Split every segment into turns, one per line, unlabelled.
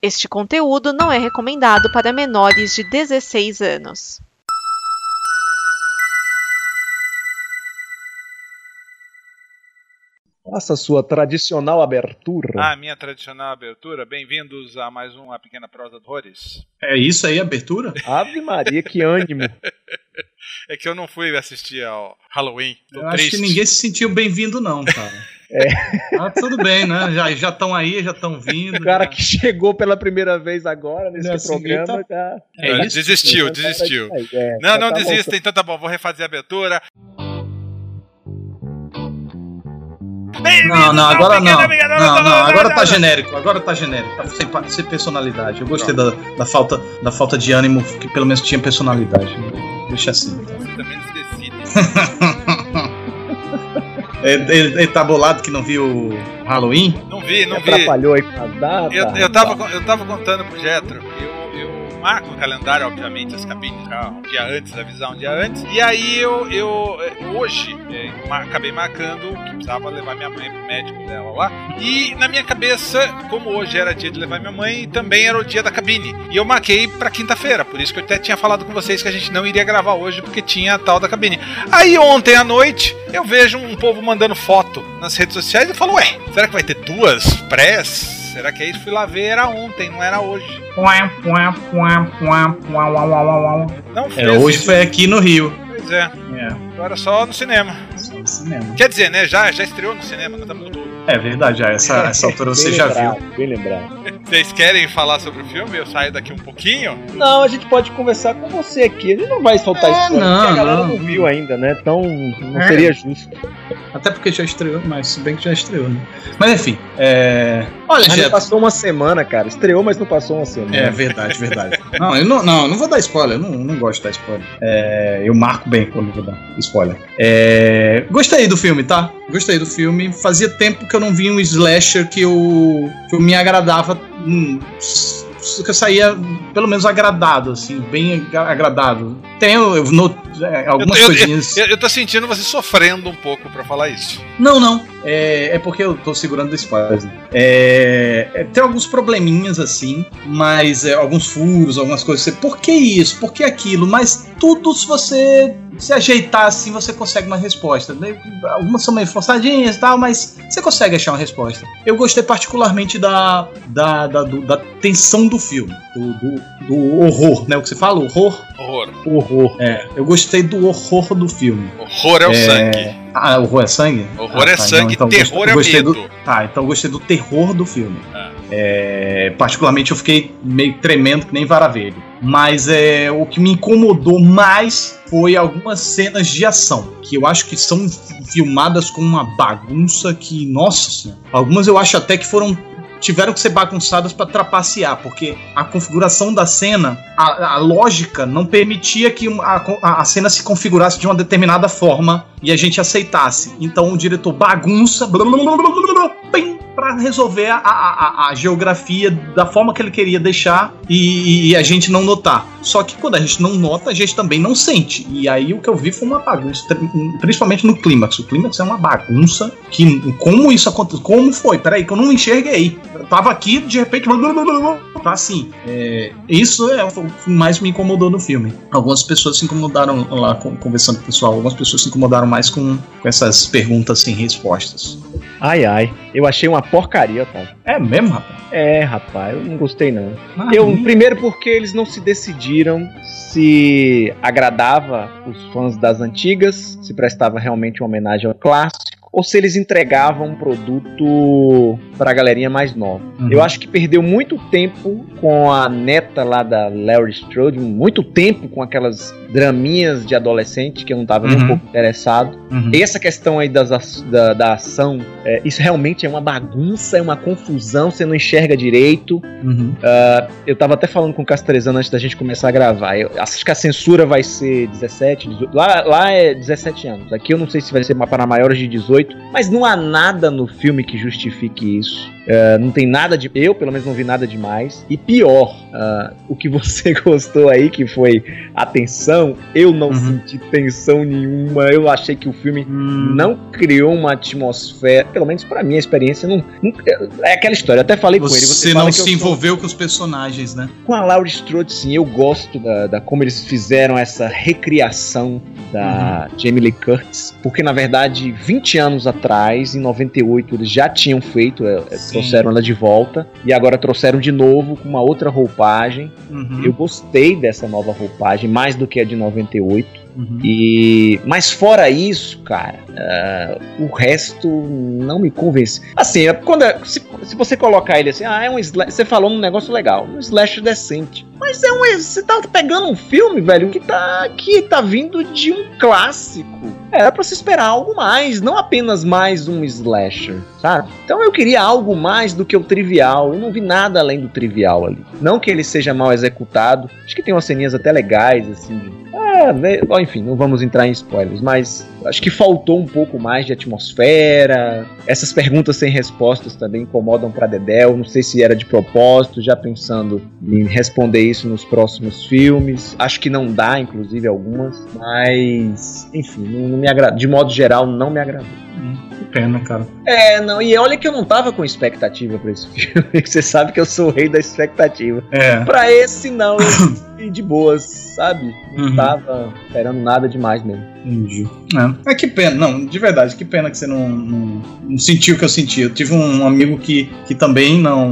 Este conteúdo não é recomendado para menores de 16 anos.
Faça sua tradicional abertura.
Ah, minha tradicional abertura. Bem-vindos a mais um A Pequena Prosa do Rores.
É isso aí, abertura?
Ah.
Ave Maria, que ânimo.
É que eu não fui assistir ao Halloween. Tô
Eu acho
triste.
que ninguém se sentiu bem-vindo, não, cara. É. Ah, tudo bem, né? Já já estão aí, já estão vindo.
O cara
já-
que chegou pela primeira vez agora nesse
Nesse
programa
nível
já.
É isso?
Desistiu,
já tá
assim, então, desistiu.
pra isso aí, é,
Não,
já
não
tá
desista, então tá bom, vou refazer a abertura.
Não, não,
Obrigado,
agora não.
obrigado,
Não,
obrigado,
não, agora
obrigado.
tá genérico, agora tá genérico. Tá sem, pa- sem personalidade. Eu gostei da, da, falta, da falta de ânimo, que pelo menos tinha personalidade. Deixa assim.
Você também se decide.
Ele, ele- ele tá bolado que não viu Halloween?
Não vi, não
bom.
vi.
Atrapalhou aí tá? com a data.
Eu, eu, tava, con- eu tava contando pro Jetro. Eu, eu marco no calendário, obviamente, as cabines já um dia antes, avisar um dia antes. E aí eu, eu eh, hoje eh, ma- acabei marcando que precisava levar minha mãe pro médico dela lá. E na minha cabeça, como hoje era dia de levar minha mãe, também era o dia da cabine. E eu marquei pra quinta-feira, por isso que eu até tinha falado com vocês que a gente não iria gravar hoje porque tinha a tal da cabine. Aí ontem à noite eu vejo um povo mandando foto nas redes sociais e falo, ué, será que vai ter duas press? Será que é isso? Fui lá ver, era ontem, não era hoje. Não
É, hoje foi aqui no Rio.
Pois é,
É,
agora só no cinema.
só isso mesmo.
Quer dizer, né? Já, já estreou no cinema, né, tá nós estamos no outubro.
É verdade, já. Essa, essa altura você
Bem
já viu.
lembrado, Bem lembrado.
Vocês querem falar sobre o filme? Eu saio daqui um pouquinho?
Não, a gente pode conversar com você aqui. A gente não vai soltar
É,
isso.
não,
a galera não.
não.
viu ainda, né? Então não
É.
seria justo.
Até porque já estreou, mas se bem que já estreou, né? Mas enfim, é. Olha,
Mas não
Jeto.
passou uma semana, cara. Estreou, mas não passou uma semana.
É verdade, verdade. Não, eu não, não, eu não vou dar spoiler, eu não, não gosto de dar spoiler. É, eu marco bem quando vou dar spoiler. É, gostei do filme, tá? Gostei do filme. Fazia tempo que eu não vi um slasher que eu, que eu me agradava. hum, s- s- que eu saía pelo menos agradado, assim, bem agra- agradável. Tem eu, eu no- é, algumas
Eu- eu-
coisinhas.
Eu, eu tô sentindo você sofrendo um pouco pra falar isso.
Não, não. É, é porque eu tô segurando do spoiler. né? É, é, tem alguns probleminhas assim, mas é, alguns furos, algumas coisas. Você, por que isso? Por que aquilo? Mas tudo se você se ajeitar assim, você consegue uma resposta. né? Algumas são meio forçadinhas e tal, mas você consegue achar uma resposta. Eu gostei particularmente da, da, da, do- da tensão do filme, do, do- do horror, né? O que você fala? Horror?
Horror.
Horror.
É. Eu gostei do horror do filme.
Horror é o sangue.
Ah, horror é sangue?
Horror
Ah,
é
tá,
sangue,
então, então
terror
gostei- gostei
é
do-
medo.
Tá, então eu gostei do terror do filme.
Ah.
É, particularmente eu fiquei meio tremendo que nem varavelho. Mas é, o que me incomodou mais foi algumas cenas de ação, que eu acho que são filmadas com uma bagunça que, nossa senhora, algumas eu acho até que foram tiveram que ser bagunçadas para trapacear, porque a configuração da cena, a, a lógica não permitia que um- a, a- a cena se configurasse de uma determinada forma e a gente aceitasse. Então o diretor bagunça blá, blá, blá, blá, blá, blá, pim, pra resolver a, a- a- a geografia da forma que ele queria deixar e, e- e a gente não notar. Só que quando a gente não nota, a gente também não sente. E aí o que eu vi foi uma bagunça, tri- um, principalmente no clímax. O clímax é uma bagunça que como isso aconteceu? Como foi? Peraí, que eu não enxerguei. Eu tava aqui, de repente. blá, blá, blá, blá, blá. Tá assim. É, isso é o que mais me incomodou no filme. Algumas pessoas se incomodaram lá con- conversando com o pessoal, algumas pessoas se incomodaram mais com, com essas perguntas sem respostas.
Ai, ai. Eu achei uma porcaria, cara.
É mesmo, rapaz?
É, rapaz, eu não gostei, não.
Ah,
Eu,
nem-
primeiro porque eles não se decidiram se agradava os fãs das antigas, se prestava realmente uma homenagem ao clássico, ou se eles entregavam um produto pra galerinha mais nova.
Uhum.
Eu acho que perdeu muito tempo com a neta lá da Larry Strode, muito tempo com aquelas draminhas de adolescente que eu não tava nem um
Uhum.
pouco interessado.
Uhum.
E essa questão aí das, ac- da, da ação, é, isso realmente é uma bagunça, é uma confusão, você não enxerga direito.
Uhum.
Eu tava até falando com o Castrezano antes da gente começar a gravar. Eu acho que a censura vai ser 17, 18. Lá, lá é 17 anos. Aqui eu não sei se vai ser para maiores de 18 18. Mas não há nada no filme que justifique isso. É, não tem nada de. Eu, pelo menos, não vi nada demais. E pior, ah, o que você gostou aí, que foi a tensão, eu não
Uhum.
senti tensão nenhuma. Eu achei que o filme
Hum,
não criou uma atmosfera, pelo menos pra minha experiência, não, não- é aquela história. Eu até falei com ele.
Você,
fala
não
que eu
se
sou- um
envolveu com os personagens, né?
com a Laura Strode, sim, eu gosto da, da como eles fizeram essa recriação da
Uhum.
Jamie Lee Curtis, porque na verdade 20 anos atrás, em 98, eles já tinham feito, é, é,
Sim.
trouxeram ela de volta e agora trouxeram de novo com uma outra roupagem.
Uhum,
Eu gostei dessa nova roupagem mais do que a de 98.
uhum.
E mas fora isso, cara, ah, o resto não me convence. Assim, é- quando é- se, se você colocar ele assim, ah, é um slash, você falou num negócio legal, um slash decente. Mas é um, você tá pegando um filme, velho, que tá que tá vindo de um clássico. Era pra se esperar algo mais, não apenas mais um slasher, sabe? Então eu queria algo mais do que o trivial. Eu não vi nada além do trivial ali. Não que ele seja mal executado. Acho que tem umas ceninhas até legais, assim, de é, né, ó, enfim, não vamos entrar em spoilers, mas acho que faltou um pouco mais de atmosfera. Essas perguntas sem respostas também incomodam pra Dedel. Não sei se era de propósito, já pensando em responder isso nos próximos filmes. Acho que não dá, inclusive, algumas. Mas, enfim, não, não me agrada. De modo geral, não me agradou.
Que pena, cara.
É, não, e olha que eu não tava com expectativa pra esse filme. Você sabe que eu sou o rei da expectativa.
É.
Pra esse, não, eu fui de boas, sabe? Não
Uhum.
tava esperando nada demais mesmo.
Entendi. É. É, que pena, não, de verdade, que pena que você não, não, não sentiu o que eu senti. Eu tive um amigo que, que também não,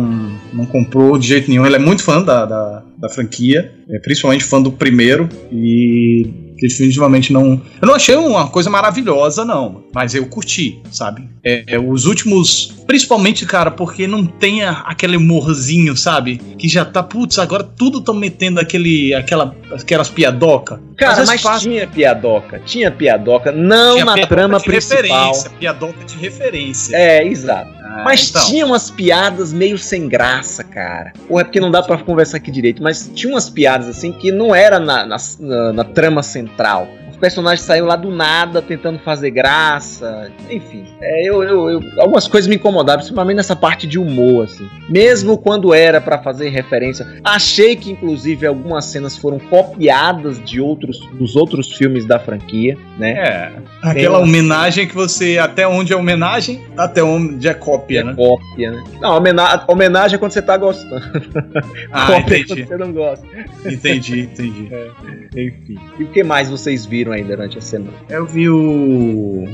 não comprou de jeito nenhum. Ele é muito fã da, da, da franquia, é principalmente fã do primeiro, e definitivamente não. Eu não achei uma coisa maravilhosa, não, mas eu curti, sabe? É, é, os últimos, principalmente, cara, porque não tem a- aquele humorzinho, sabe? Que já tá, putz, agora tudo tão metendo aquele, aquela, aquelas piadoca. Às
Cara,
vezes
mas
passa-
tinha piadoca, tinha piadoca, não
Tinha
Então, na
piadoca
trama
de
principal.
Referência, piadoca de referência.
É, exato.
Ah,
mas
então.
tinha umas piadas meio sem graça, cara. Ou é porque não dá pra conversar aqui direito, mas tinha umas piadas assim que não era na, na, na- na trama central. Os personagens saíram lá do nada tentando fazer graça. Enfim, é, eu, eu- eu- algumas coisas me incomodavam, principalmente nessa parte de humor, assim. Mesmo quando era pra fazer referência. Achei que, inclusive, algumas cenas foram copiadas de outros, dos outros filmes da franquia, né?
É. Aquela homenagem que você. Até onde é homenagem, até onde é cópia, né?
Cópia, né? Não, homena- homenagem é quando você tá gostando.
Ah,
Cópia é
entendi.
quando você não gosta.
Entendi, entendi.
Enfim. E o que mais vocês viram aí durante a semana?
Eu vi o.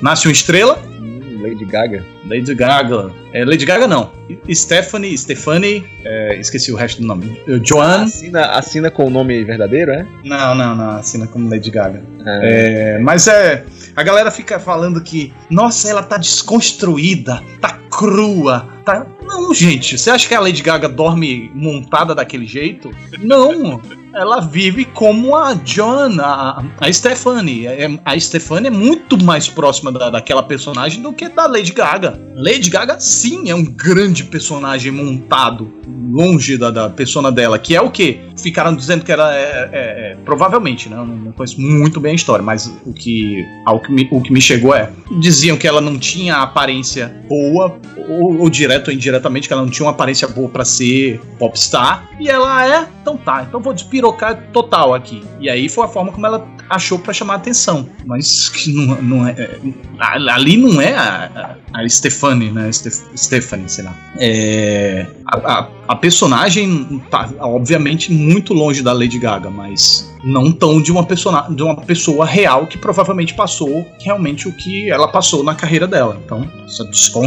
Nasce uma estrela,
Hum, Lady Gaga.
Lady Gaga. É, Lady Gaga não. Stephanie, Stephanie, é, esqueci o resto do nome. Joan.
Assina, assina com o nome verdadeiro, é?
Não, não, não, assina como Lady Gaga.
É.
É, mas é. A galera fica falando que, nossa, ela tá desconstruída, tá crua, tá. Não, gente, você acha que a Lady Gaga dorme montada daquele jeito? Não! Ela vive como a John, a, a Stephanie. É- A Stephanie é muito mais próxima da, daquela personagem do que da Lady Gaga. Lady Gaga, sim, é um grande personagem montado longe da, da persona dela, que é o quê? Ficaram dizendo que era. é, é, é, provavelmente, né? Eu não não conheço muito bem a história, mas o que, ao que me, o que me chegou é. Diziam que ela não tinha aparência boa, ou, ou direto ou indiretamente, que ela não tinha uma aparência boa pra ser popstar. E ela é, então tá, então vou despirocar total aqui. E aí foi a forma como ela achou pra chamar a atenção. Mas que não, não é. é, a- Ali não é a, a a Stephanie, né? Steph- Stephanie, sei lá. É, a, a- a personagem tá, obviamente, muito longe da Lady Gaga, mas não tão de uma, persona, de uma pessoa real que provavelmente passou realmente o que ela passou na carreira dela. Então, essa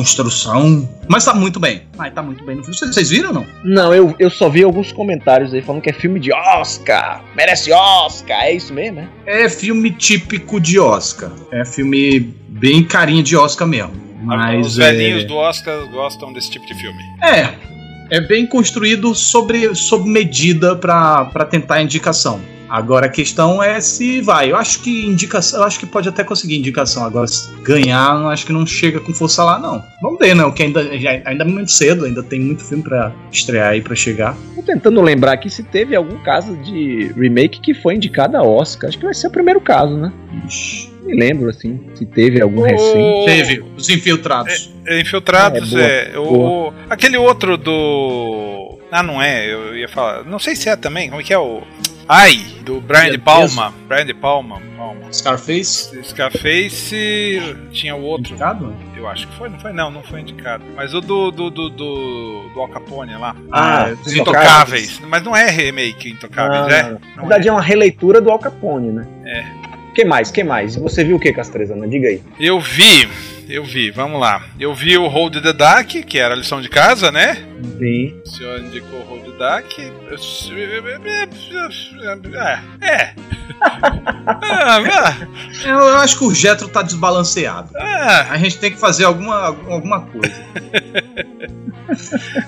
desconstrução. Mas tá muito bem. Mas tá muito bem no filme. Vocês- Vocês viram ou não?
Não, eu, eu só vi alguns comentários aí falando que é filme de Oscar. Merece Oscar. É isso mesmo, né?
É filme típico de Oscar. É filme bem carinha de Oscar mesmo. Mas
Os
é-
velhinhos do Oscar gostam desse tipo de filme.
É, é bem construído sobre, sob medida para tentar a indicação. Agora a questão é se vai. Eu acho que indicação, eu acho que pode até conseguir indicação. Agora se ganhar, eu acho que não chega com força lá não. Vamos ver, né? O que ainda já- ainda é muito cedo, ainda tem muito filme para estrear aí para chegar.
Tô tentando lembrar aqui se teve algum caso de remake que foi indicado a Oscar. Acho que vai ser o primeiro caso, né?
Ixi,
me lembro, assim, se teve algum
é assim?
recente.
O-
Teve os infiltrados.
Infiltrados,
Ah, é,
é. o, Aquele outro do. Ah, não é, eu ia falar. Não sei se é também, como é que é o. Ai, do Brian de Palma. Brian de Palma. Palma.
Scarface.
Scarface. Tinha o outro.
Indicado?
Eu acho que foi, não foi? Não, não foi indicado. Mas o do. do. do, do, do Al Capone lá.
Ah,
os
Os
Intocáveis.
Intocáveis. Mas não é remake Intocáveis, é?
Ah, Na
Não
verdade, é uma releitura do Al Capone, né?
É.
Que mais? Que mais? Você viu o que, Castrezana? Diga aí.
Eu vi, eu vi, vamos lá. Eu vi o Hold the Duck, que era a lição de casa, né?
Sim.
O senhor indicou o Hold the Duck. É. É. Ah,
Eu, eu acho que o Jetro tá desbalanceado.
ah,
A gente tem que fazer alguma, alguma coisa.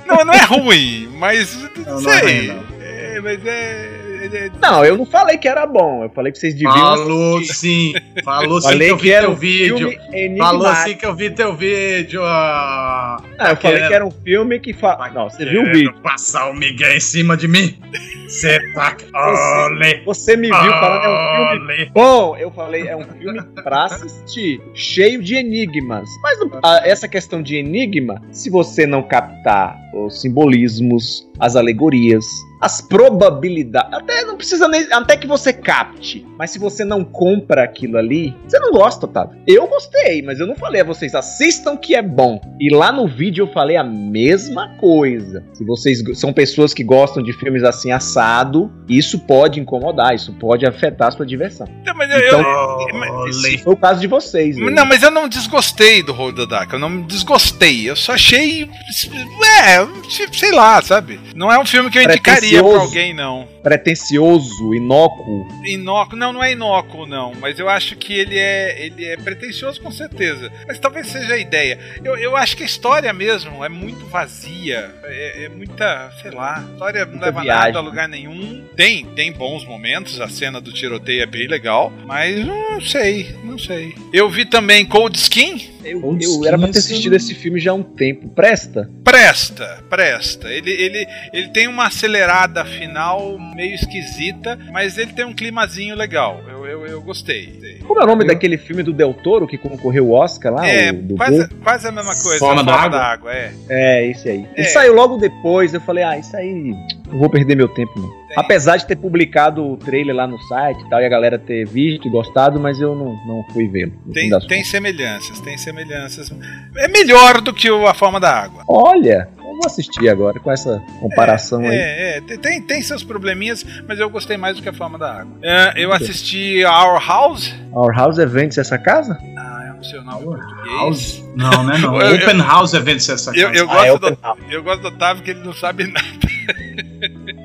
Não, não é ruim, mas. eh, Não
Não, não é
sei.
ruim, não.
É, mas é. é-
Não, eu não falei que era bom. Eu falei que vocês deviam.
Falou sim. Falou sim que
falei
eu vi
era um
teu vídeo.
filme enigmático.
Falou assim que eu vi teu vídeo. Ah,
Ah, eu falei
querendo-
que era um filme que fala. Não, você viu o vídeo.
Querendo Passar o Miguel em cima de mim? Você tá. Olê!
Você me viu falando é um filme
olê.
bom. Eu falei, é um filme pra assistir, cheio de enigmas. Mas não- a- essa questão de enigma, se você não captar os simbolismos, as alegorias, as probabilidades, até não precisa nem, até que você capte, mas se você não compra aquilo ali, você não gosta, Otávio. Eu gostei, mas eu não falei a vocês, assistam que é bom. E lá no vídeo eu falei a mesma coisa. Se vocês go- são pessoas que gostam de filmes assim assado, isso pode incomodar, isso pode afetar a sua diversão.
Não, mas eu-
Então-
eu-
Olê.
Foi o caso de vocês. né?
Não, mas eu não é desgostei do Hold the Duck, eu não me desgostei, eu só achei. É, sei lá, sabe? Não é um filme que eu indicaria pra
Pretensioso.
alguém, não.
Pretencioso, inócuo.
Inócuo, não, não é inócuo, não, mas eu acho que ele é, ele é pretencioso com certeza. Mas talvez seja a ideia. Eu, eu acho que a história mesmo é muito vazia, é, é muita, sei lá, a história não
Muita
leva
viagem.
nada a lugar nenhum. Tem, tem bons momentos, a cena do tiroteio é bem legal, mas não sei, não sei. Eu vi também Cold Skin,
Eu,
Putz,
eu
que
era pra ter
isso,
assistido
né?
esse filme já há um tempo. Presta?
presta, presta. Ele, ele, ele tem uma acelerada final meio esquisita, mas ele tem um climazinho legal. Eu, eu, eu gostei.
Como é o nome
Eu-
daquele filme do Del Toro que concorreu ao Oscar lá?
É,
o, do
quase,
Gol?
quase a mesma coisa.
Forma da água?
é.
é esse aí.
É.
Ele saiu logo depois. Eu falei, ah, isso aí não vou perder meu tempo, não.
É.
Apesar de ter publicado o trailer lá no site e tal, e a galera ter visto e gostado, mas eu não, não fui vê-lo. no
Tem,
fim das
tem
contas.
semelhanças, tem semelhanças. É melhor do que o A Forma da Água.
Olha, eu vou assistir agora com essa comparação aí.
É, é, te- tem, tem seus probleminhas, mas eu gostei mais do que A Forma da Água. É, eu assisti a Our House.
Our House Events, essa casa?
Ah, eu não sei o nome em português.
House? Não, né? Não.
Eu- eu-
Open House Events essa
Eu,
casa.
eu,
Ah, é
gosto
Open
do, eu gosto do Otávio que ele não sabe nada.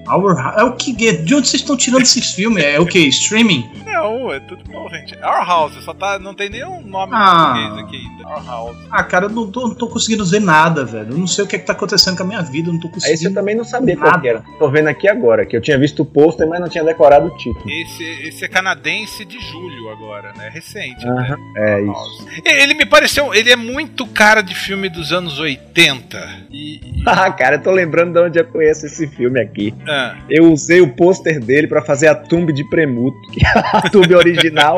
Our House- É o que? De onde vocês estão tirando esses filmes? É o que? Streaming?
Não, é tudo bom, gente. Our House, só tá, não tem nenhum nome
Ah.
em português aqui ainda. Our House.
Ah, cara, eu não tô, não tô conseguindo ver nada, velho. Eu não sei o que, é que tá acontecendo com a minha vida, eu não tô
Aí você
conseguindo.
também não sabia
Nada.
qual que era. Tô vendo aqui agora, que eu tinha visto o pôster, mas não tinha decorado o título.
Esse, esse é canadense de julho agora, né? Recente. até.
Aham, É isso.
Ele me pareceu, ele é muito cara de filme dos anos 80. E, e-
Ah, cara, eu tô lembrando de onde eu conheço esse filme aqui.
ah,
Eu usei o pôster dele pra fazer a Tumb de Premuto, que é a Tumb original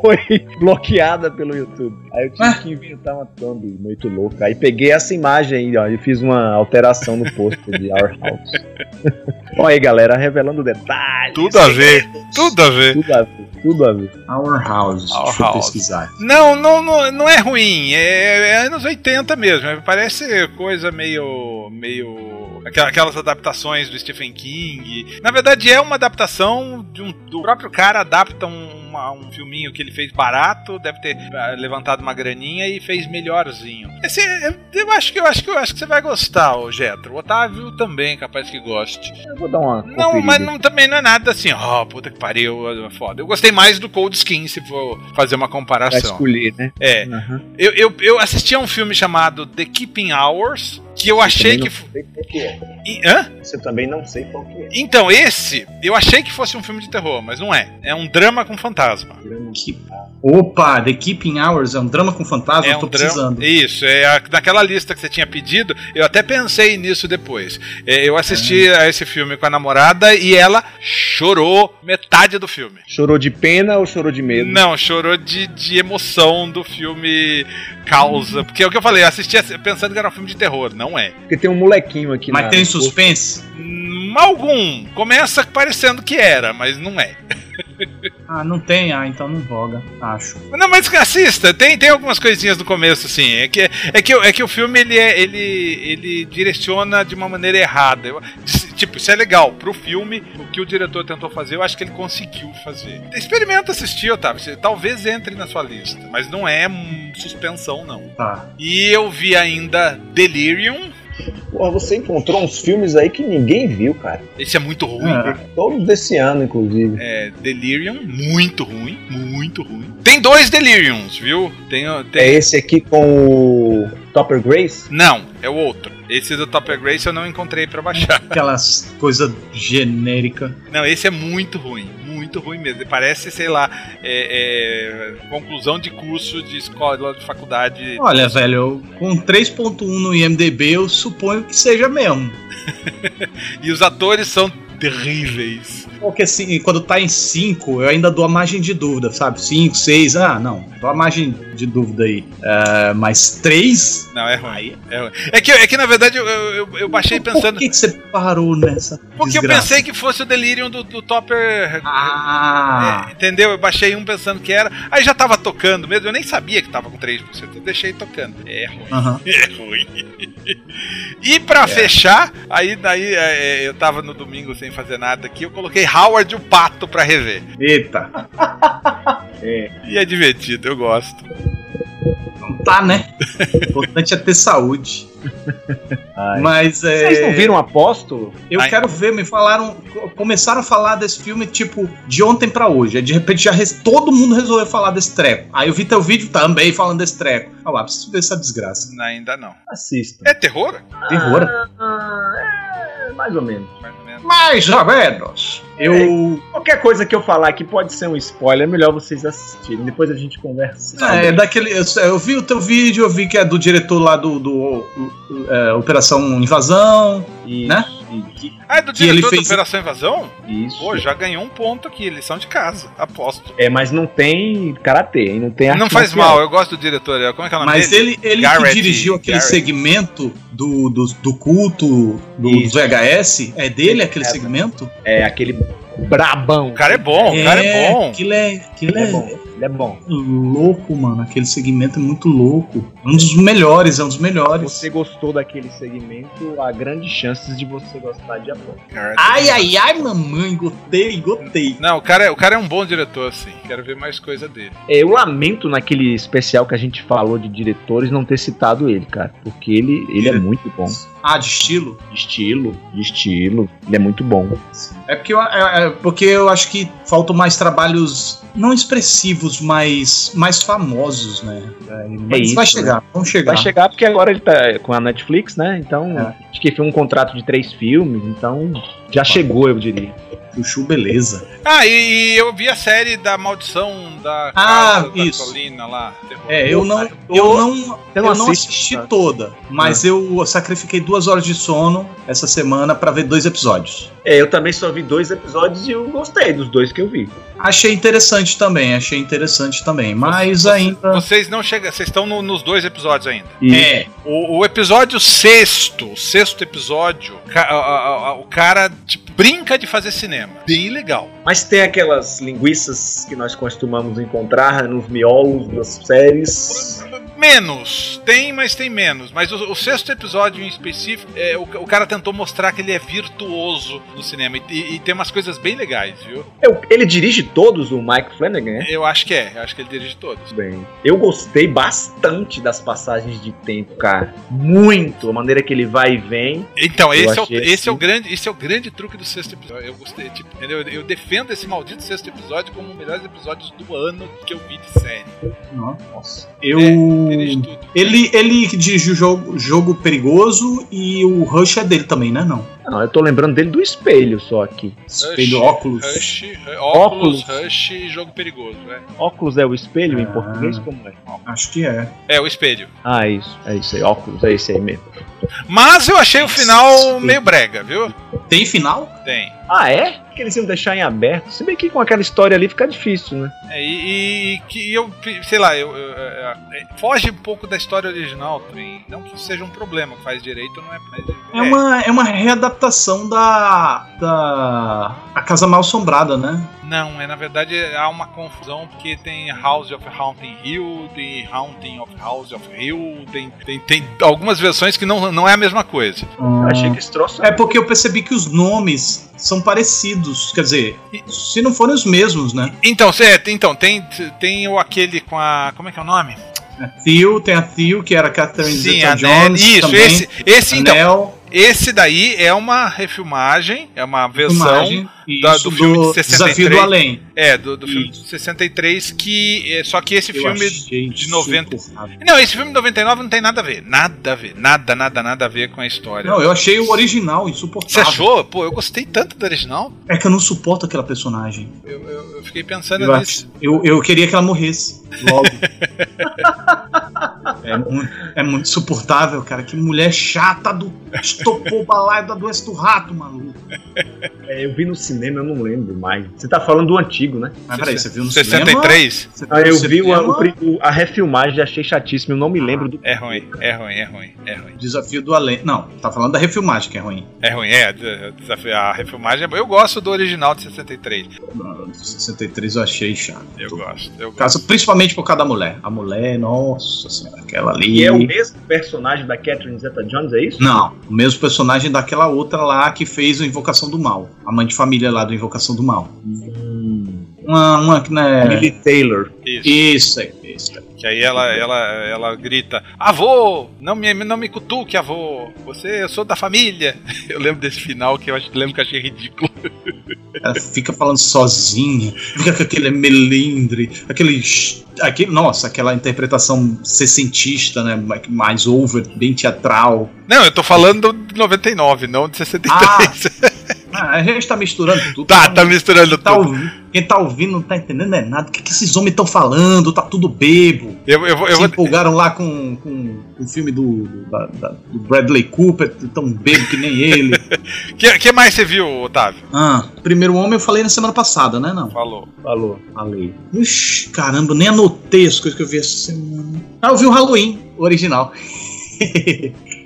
foi bloqueada pelo YouTube. Aí eu tive
Ah.
que inventar uma Tumb muito louca. Aí peguei essa imagem aí, ó, e fiz uma alteração no pôster de Our House. Olha aí, galera, revelando detalhes.
Tudo a ver, tudo a ver.
Tudo a ver, tudo a ver.
Our House.
Our
Deixa eu
House.
pesquisar.
Não, não, não, não é ruim. É, é anos 80 mesmo. É, Parece coisa meio. meio. aquela- Aquelas adaptações do Stephen King. Na verdade, é uma adaptação de um, do próprio cara, adapta um, uma- um filminho que ele fez barato, deve ter ah, levantado uma graninha e fez melhorzinho. Esse, é- eu acho que eu acho que eu acho que você vai gostar, ô Getro. O Otávio também, capaz que goste.
Eu vou dar uma.
Não,
conferida.
mas não- também não é nada assim, ó, puta que pariu, é foda. Eu gostei mais do Cold Skin, se for fazer uma
Pra
comparação.
escolher, né?
É,
Aham.
eu, eu, eu assisti a um filme chamado The Keeping Hours, que eu achei
também
que...
não
fo-
sei qual que é.
E- hã?
Você também não sei qual que é.
Então, esse, eu achei que fosse um filme de terror, mas não é. É um drama com fantasma.
Que Opa, The Keeping Hours é um drama com fantasma,
É
eu tô
um drama.
precisando.
Isso, é a- naquela lista que você tinha pedido, eu até pensei nisso depois. É, eu assisti a esse filme com a namorada e ela chorou metade do filme.
Chorou de pena ou chorou de medo?
Não, chorou de, de emoção do filme Causa. Porque é o que eu falei, eu assisti assim, pensando que era um filme de terror, não é.
Porque tem um molequinho aqui
Mas
na-
tem suspense?
Hum, Algum. Começa parecendo que era, mas não é.
Ah, não tem? Ah, então não roga, acho.
Não, mas assista, tem, tem algumas coisinhas no começo, assim. É que, é que, o- é que o filme ele, é- ele, ele direciona de uma maneira errada. Eu- se- tipo, isso é legal. Pro filme, o que o diretor tentou fazer, eu acho que ele conseguiu fazer. Experimenta assistir, Otávio. Você- Talvez entre na sua lista, mas não é hum, suspensão, não.
Tá.
E eu vi ainda Delirium.
Porra, você encontrou uns filmes aí que ninguém viu, cara.
Esse é muito ruim.
Ah,
Todos desse ano, inclusive.
É, Delirium, muito ruim, muito ruim. Tem dois Deliriums, viu? Tem, tem-
É esse aqui com o Topper Grace?
Não, é o outro. Esse do Topper Grace eu não encontrei pra baixar.
aquelas coisas genéricas.
Não, esse é muito ruim. Muito ruim mesmo. Parece, sei lá, é- é, conclusão de curso de escola, de faculdade.
Olha, velho, eu- com 3.1 no IMDB, eu suponho que seja mesmo.
E os atores são terríveis.
Porque assim, quando tá em 5, eu ainda dou a margem de dúvida, sabe? 5, 6, ah, não. Dou a margem de dúvida aí. Ah, mas 3?
Não, é ruim. É, ruim. É que, é que, na verdade, eu, eu, eu baixei pensando.
Por que, que você parou nessa?
Porque eu
desgraça?
pensei que fosse o Delirium do, do Topper
Ah!
É, entendeu? Eu baixei um pensando que era. Aí já tava tocando mesmo, eu nem sabia que tava com 3%. Eu deixei tocando. É ruim,
Aham.
é ruim. E pra
É.
fechar, aí daí é, é, eu tava no domingo sem fazer nada aqui, eu coloquei Howard o Pato pra rever.
Eita!
E é divertido, eu gosto.
Não tá, né? O importante é ter saúde. Mas é.
Ah, Vocês não viram Apóstolo?
Eu
Ai.
quero ver, me falaram. co- Começaram a falar desse filme, tipo, de ontem pra hoje. Aí, De repente já res- todo mundo resolveu falar desse treco. Aí eu vi teu vídeo também falando desse treco. Ah lá, preciso ver essa desgraça.
Ainda não.
Assista.
É terror?
Terror.
Ah. É, mais ou menos.
Mais ou menos.
Mais ou menos. Eu.
Qualquer coisa que eu falar que pode ser um spoiler, é melhor vocês assistirem. Depois a gente conversa.
Ah,
É, é daquele. Eu, eu vi o teu vídeo, eu vi que é do diretor lá do. do, do, é, Operação Invasão.
E-
né?
e-
Ah, é do
Que ele
diretor da
fez- um-
Operação Invasão?
e- Isso.
Pô, já ganhou um ponto aqui, lição de casa, aposto.
É, mas não tem karatê, hein? não tem arte
Não faz
marcial.
mal, eu gosto do diretor. Como é que é o nome
É Mas
dele?
ele, ele que
Garrett-
dirigiu aquele
Garrett.
segmento do, do, do culto do, do
Isso.
VHS. É dele aquele
É.
segmento?
É aquele brabão.
O cara é bom, o cara é bom.
Aquilo é, aquilo
Ele
é,
é bom. Ele é bom.
louco, mano. Aquele segmento é muito louco. Um dos melhores, é um dos
Se
melhores.
você gostou daquele segmento, há grandes chances de você gostar de Apolo.
Garrett-
Ai, ai, ai, mamãe, gotei, gotei.
Não, o cara, é- o cara é um bom diretor, assim. Quero ver mais coisa dele.
É, eu lamento naquele especial que a gente falou de diretores não ter citado ele, cara. Porque ele, ele é muito bom.
Ah, de estilo?
De estilo, de estilo. Ele é muito bom.
É porque, eu, é- é porque eu acho que faltam mais trabalhos não expressivos, mas mais famosos, né? É, mas
isso, né?
vai chegar, vamos chegar.
Vai chegar porque agora ele tá com a Netflix, né? Então,
É.
acho que foi um contrato de três filmes, então já chegou, eu diria.
Chuchu, beleza.
Ah, e, e eu vi a série da Maldição da
Ah,
Casa da
isso.
Colina lá. terror.
É, eu não, eu não
Você
eu não
assiste,
assisti
cara?
toda, É. mas eu sacrifiquei duas horas de sono essa semana pra ver dois episódios.
É, eu também só vi dois episódios e eu gostei dos dois que eu vi.
Achei interessante também, achei interessante também, mas ainda.
Vocês não chegam. Vocês estão no- nos dois episódios ainda.
E
É,
O, o episódio sexto, o sexto episódio, ca- a- a- a- o cara tipo, brinca de fazer cinema. Bem legal.
Mas tem aquelas linguiças que nós costumamos encontrar nos miolos das séries.
Menos, tem, mas tem menos. Mas o, o sexto episódio em específico, é, o, o cara tentou mostrar que ele é virtuoso no cinema. E, e tem umas coisas bem legais, viu?
Eu- ele dirige todos, o Mike Flanagan, né?
Eu acho que é, eu acho que ele dirige todos.
Bem, eu gostei bastante das passagens de tempo, cara. Muito. A maneira que ele vai e vem.
Então,
Eu
esse é, o,
achei
esse, é o
assim.
grande, esse é o grande truque do sexto episódio. Eu gostei, tipo, entendeu? Eu defendo esse maldito sexto episódio como um dos melhores episódios do ano que eu vi de série.
Nossa. Eu.
Hum.
Ele de tudo.
Ele, ele diz o jogo, jogo perigoso e o Rush é dele também, né? Não.
Não, eu tô lembrando dele do espelho só aqui.
Espelho óculos.
Rush, Ru- óculos,
Óculos.
Rush e jogo perigoso, né?
Óculos é o espelho
Ah.
em português? Como é?
Acho que é.
É, o espelho.
Ah, é isso. É isso aí. Óculos, é isso aí mesmo.
Mas eu achei o final meio brega, viu?
Tem final?
Tem.
Ah, é? Por que eles iam deixar em aberto? Se bem que com aquela história ali fica difícil, né?
É, e, e que eu, sei lá, eu, eu- eu- é, foge um pouco da história original também. Não que isso seja um problema, faz direito não é. Mas,
É, uma, é uma readaptação da. da. A Casa Mal Assombrada, né?
Não, é na verdade há uma confusão porque tem House of Haunting Hill, tem Haunting of House of Hill, tem, tem, tem algumas versões que não, não é a mesma coisa.
Eu achei que esse troço
É porque eu percebi que os nomes são parecidos. Quer dizer, se não forem os mesmos, né?
Então, cê, então tem, tem o aquele com a. Como é que é o nome?
A Theo, tem a Theo, que era a Catherine Zeta
Nell-
Jones.
Isso,
também.
esse, esse
A
então.
Nell,
Esse daí é uma refilmagem, é uma versão.
imagem,
da-
isso
do filme de 63.
Desafio do Além.
É, do, do filme
Isso.
de 63, que. é, só que esse
Eu
filme.
achei
de 90.
insuportável.
Não, esse filme de 99 não tem nada a ver. Nada a ver. Nada, nada, nada a ver com a história.
Não, eu achei o original insuportável.
Você achou? Pô, eu gostei tanto do original.
É que eu não suporto aquela personagem.
Eu, eu- eu fiquei pensando
Eu,
nisso.
acho- eu, eu queria que ela morresse logo. é, muito, é muito insuportável, cara. Que mulher chata do. Estopou balaio da doença do rato, maluco.
É, eu vi no cinema, eu não lembro mais. Você tá falando do antigo, né?
Mas Ah, peraí, você viu no
63?
cinema? Você viu
Ah, eu
no
vi o-
cinema?
o pri- o- a refilmagem, achei chatíssimo, eu não me lembro do.
É ruim, é ruim, é ruim, é ruim.
Desafio do Além. Não, tá falando da refilmagem que é ruim.
É ruim, é. de- desafio- A refilmagem é boa. Eu gosto do original de 63.
Não, 63 eu achei chato.
Eu gosto, eu gosto.
Caso, principalmente por causa da mulher. A mulher, nossa senhora, aquela ali.
E é o mesmo personagem da Catherine Zeta Jones, é isso?
Não, o mesmo personagem daquela outra lá que fez o Invocação do Mal. A mãe de família lá do Invocação do Mal. Uma, uma que né.
Hum. Lily Taylor.
Isso.
Isso aí, isso. aí.
Que aí ela, ela, ela grita: Avô, não me, não me cutuque, avô. Você, eu sou da família. Eu lembro desse final que eu acho, lembro que eu achei ridículo.
Ela fica falando sozinha, fica com aquele melindre, aquele, sh- aquele. Nossa, aquela interpretação sessentista, né? ma- Mais over, bem teatral.
Não, eu tô falando de 99, não de 63.
Ah, a gente tá misturando tudo.
tá, tá misturando
Quem tá,
tudo.
ouvindo, quem tá ouvindo não tá entendendo é nada. O que, que esses homens estão falando? Tá tudo bebo.
Eu, eu, vou- eu
se
vou.
empolgaram lá com, com o filme do, do- da- da- do Bradley Cooper, tão bebo que nem ele.
O que, que mais você viu, Otávio?
Ah, Primeiro Homem eu falei na semana passada, né? Não.
Falou.
Falou, falei.
Ux, caramba, nem anotei as coisas que eu vi essa semana. Ah, eu vi o Halloween, o original.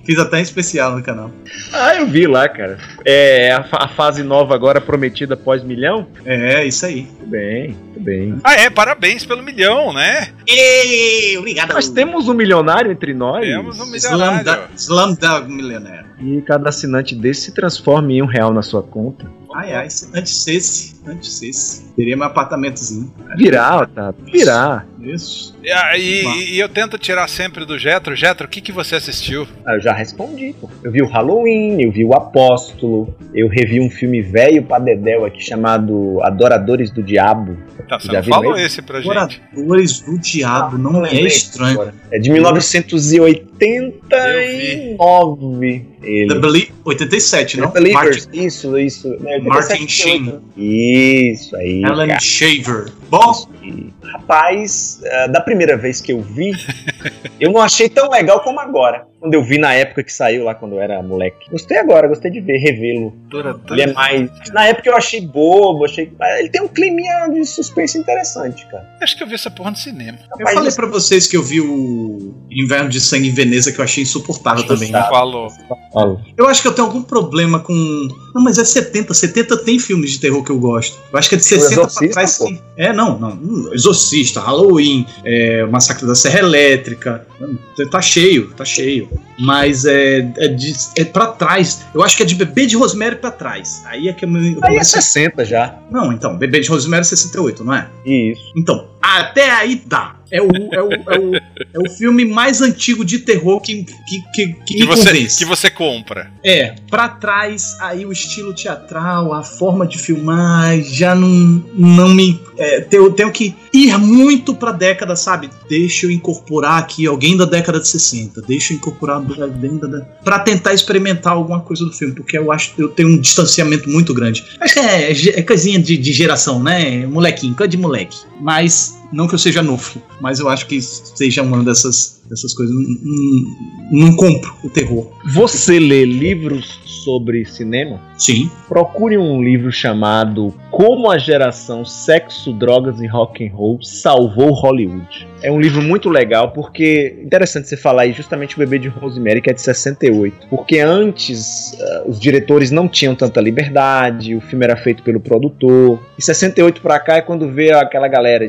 Fiz até em especial no canal.
Ah, eu vi lá, cara. É a, fa- a fase nova agora prometida pós milhão?
É, isso aí.
Tudo bem, tudo bem.
Ah, é, parabéns pelo milhão, né?
Ei, obrigado.
Nós temos um milionário entre nós.
Temos um
Slam
milionário.
Dunk- Slam Dunk Millionaire.
E cada assinante desse se transforma em um real na sua conta.
Ai, ai, antes esse, antes esse. Teria meu apartamentozinho.
Virar, tá? Virar.
Isso.
E, aí-
Vá.
e eu tento tirar sempre do Jetro. Jetro, o que, que você assistiu?
Ah, eu já respondi, pô. Eu vi o Halloween, eu vi o Apóstolo, eu revi um filme velho pra Dedéu aqui chamado Adoradores do Diabo.
Tá, você
Já
não
vi
falou
mesmo?
esse pra gente.
Oradores do Diabo, não é
lembrei
estranho.
agora. É de 1989.
The
Ele.
Belie 87, não?
The Believers, isso, isso. né,
Martin
87,
Sheen.
né? Isso aí.
Martin Alan
cara.
Shaver. Bom,
E, Rapaz, eh, da primeira vez que eu vi, eu não achei tão legal como agora. Quando eu vi na época que saiu lá quando eu era moleque. Gostei agora, gostei de ver, revê-lo. Ele é mais. Na época eu achei bobo, achei. mas Ele tem um climinha de suspense interessante, cara.
é- Acho que eu vi essa porra no cinema.
eu falei pra vocês que eu vi o Inverno de Sangue em Veneza que eu achei insuportável também.
Tá.
né?
Falou.
Eu acho que eu tenho algum problema com. Não, mas é 70. 70 tem filmes de terror que eu gosto. Eu acho que é de 60 pra
Exorcista,
trás.
pô.
sim. É, não, não. Hum, Exorcista, Halloween, é, Massacre da Serra Elétrica. Hum, Tá cheio, tá cheio. Mas é, é, de, é pra trás. Eu acho que é de bebê de Rosemary pra trás. Aí é que eu me. eu
Aí é
comecei-
60 já.
Não, então, bebê de Rosemary é 68, não é?
Isso.
Então, Até aí tá. É o, é o, é o, é o filme mais antigo de terror que, que, que, que
Que
me
você,
convence.
que você compra.
É, pra trás, aí o estilo teatral, a forma de filmar, já não, não me. é, te- eu tenho que ir muito pra década, sabe? Deixa eu incorporar aqui alguém da década de 60, deixa eu incorporar alguém da. da- pra tentar experimentar alguma coisa do filme, porque eu acho eu tenho um distanciamento muito grande. Acho que é, ge- é coisinha de, de geração, né? Molequinho, coisa de moleque. Mas. Não que eu seja novo, mas eu acho que seja uma dessas, dessas coisas. Não- Não não compro o terror.
Você lê livros sobre cinema?
Sim.
Procure um livro chamado Como a geração sexo, drogas e rock and roll salvou Hollywood. É um livro muito legal porque interessante você falar aí justamente o Bebê de Rosemary que é de 68, porque antes ah, os diretores não tinham tanta liberdade, o filme era feito pelo produtor. E 68 pra cá é quando veio aquela galera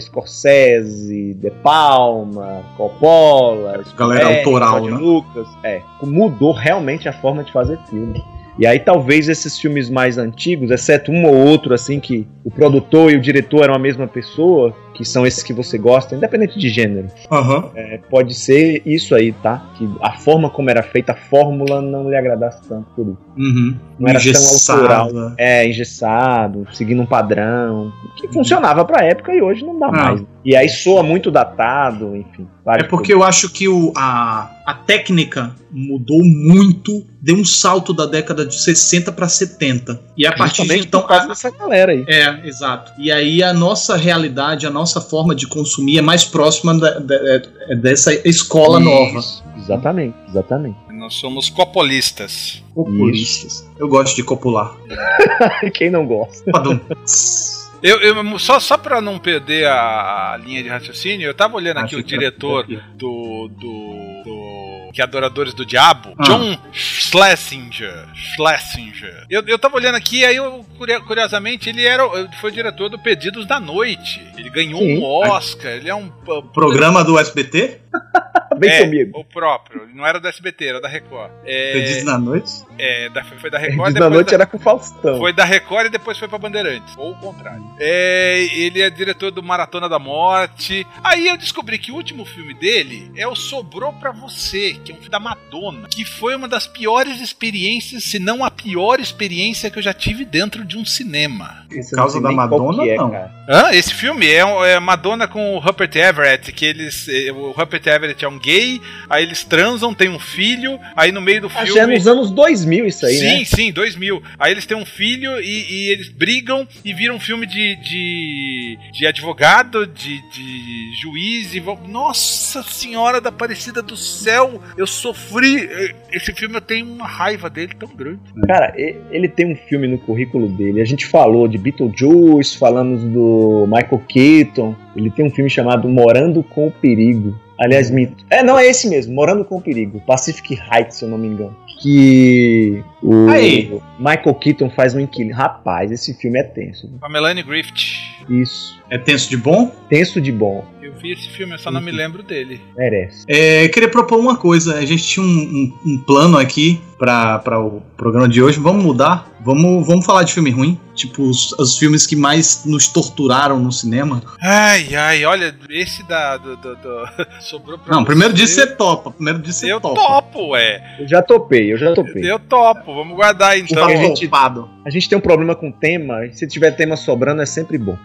Scorsese, De Palma, Coppola,
Galera
Spielberg,
autoral,
George
né?
É, Lucas, é, mudou realmente a forma de fazer filme. E aí talvez esses filmes mais antigos, exceto um ou outro assim que o produtor e o diretor eram a mesma pessoa, que são esses que você gosta, independente de gênero.
Aham.
É, pode ser isso aí, tá? Que a forma como era feita a fórmula não lhe agradasse tanto por isso.
Uhum.
Não era tão
Engessada.
É, engessado, seguindo um padrão, que funcionava pra época e hoje não dá
Ah.
mais. E aí soa muito datado, enfim.
É
vários
porque eu acho que o, a, a técnica mudou muito, deu um salto da década de 60 para 70. E a partir de
Justamente
então.
por causa dessa galera aí.
É, exato. E aí a nossa realidade, a nossa forma de consumir é mais próxima da- da- é- é dessa escola nova.
Isso, Exatamente, exatamente.
Nós somos copolistas.
Populistas. Eu gosto de copular.
Quem não gosta?
Padum.
Eu, eu- só só para não perder a linha de raciocínio, eu tava
Ah,
olhando aqui
Acho
o
que- tá
diretor do, do, do- que é Adoradores do Diabo,
Ah.
John Schlesinger. Schlesinger. Eu, eu tava olhando aqui, aí eu curia- curiosamente ele era o- foi o diretor do Pedidos da Noite. Ele ganhou
Sim.
um Oscar. Ele é um
Programa do SBT?
Vem
é,
comigo.
o próprio. Ele não era da SBT, era da Record.
Perdidos
É,
na noite?
é, da- foi da Record.
Perdidos na
depois
noite é
da-
era com o Faustão.
Foi da Record e depois foi pra Bandeirantes. Ou o contrário. É, ele é diretor do Maratona da Morte. Aí eu descobri que o último filme dele é o Sobrou Pra Você, que é um filme da Madonna. Que foi uma das piores experiências, se não a pior experiência que eu já tive dentro de um cinema.
Por
causa da Madonna,
é,
não.
Hã? Esse filme é, um- é Madonna com o Rupert Everett, que eles. eh, O Rupert Everett é um gay, aí eles transam, tem um filho, aí no meio do Ah, filme.
Acho que é nos anos 2000 isso aí,
sim,
né?
sim, 2000. Aí eles têm um filho e, e eles brigam e viram um filme de, de, de advogado, de, de juiz e vão... Nossa Senhora da Aparecida do Céu! Eu sofri! Eh, Esse filme eu tenho uma raiva dele tão grande.
Cara, e- ele tem um filme no currículo dele. A gente falou de Beetlejuice, falamos do Michael Keaton. Ele tem um filme chamado Morando com o Perigo. Aliás, mito. É, não, é esse mesmo, Morando com o Perigo. Pacific Heights, se eu não me engano. Que o
Aí.
Michael Keaton faz um inquilino. Rapaz, esse filme é tenso.
Com a Melanie Griffith.
Isso.
É tenso de bom?
Tenso de bom.
Eu vi esse filme, eu só não
Uhum.
me lembro dele.
Merece.
É, queria propor uma coisa. A gente tinha um, um- um plano aqui para o programa de hoje. Vamos mudar? Vamos, vamos falar de filme ruim? Tipo, os, os filmes que mais nos torturaram no cinema?
Ai, ai, olha, esse da. Do, do- do- Sobrou pra
Não, primeiro
você.
disso é você topa. Primeiro disso você
Eu
topa.
topo, é.
Eu já topei, eu já topei.
Eu topo. Vamos guardar então.
Tá
a gente-
topado.
A gente tem um problema com tema, e se tiver tema sobrando é sempre bom.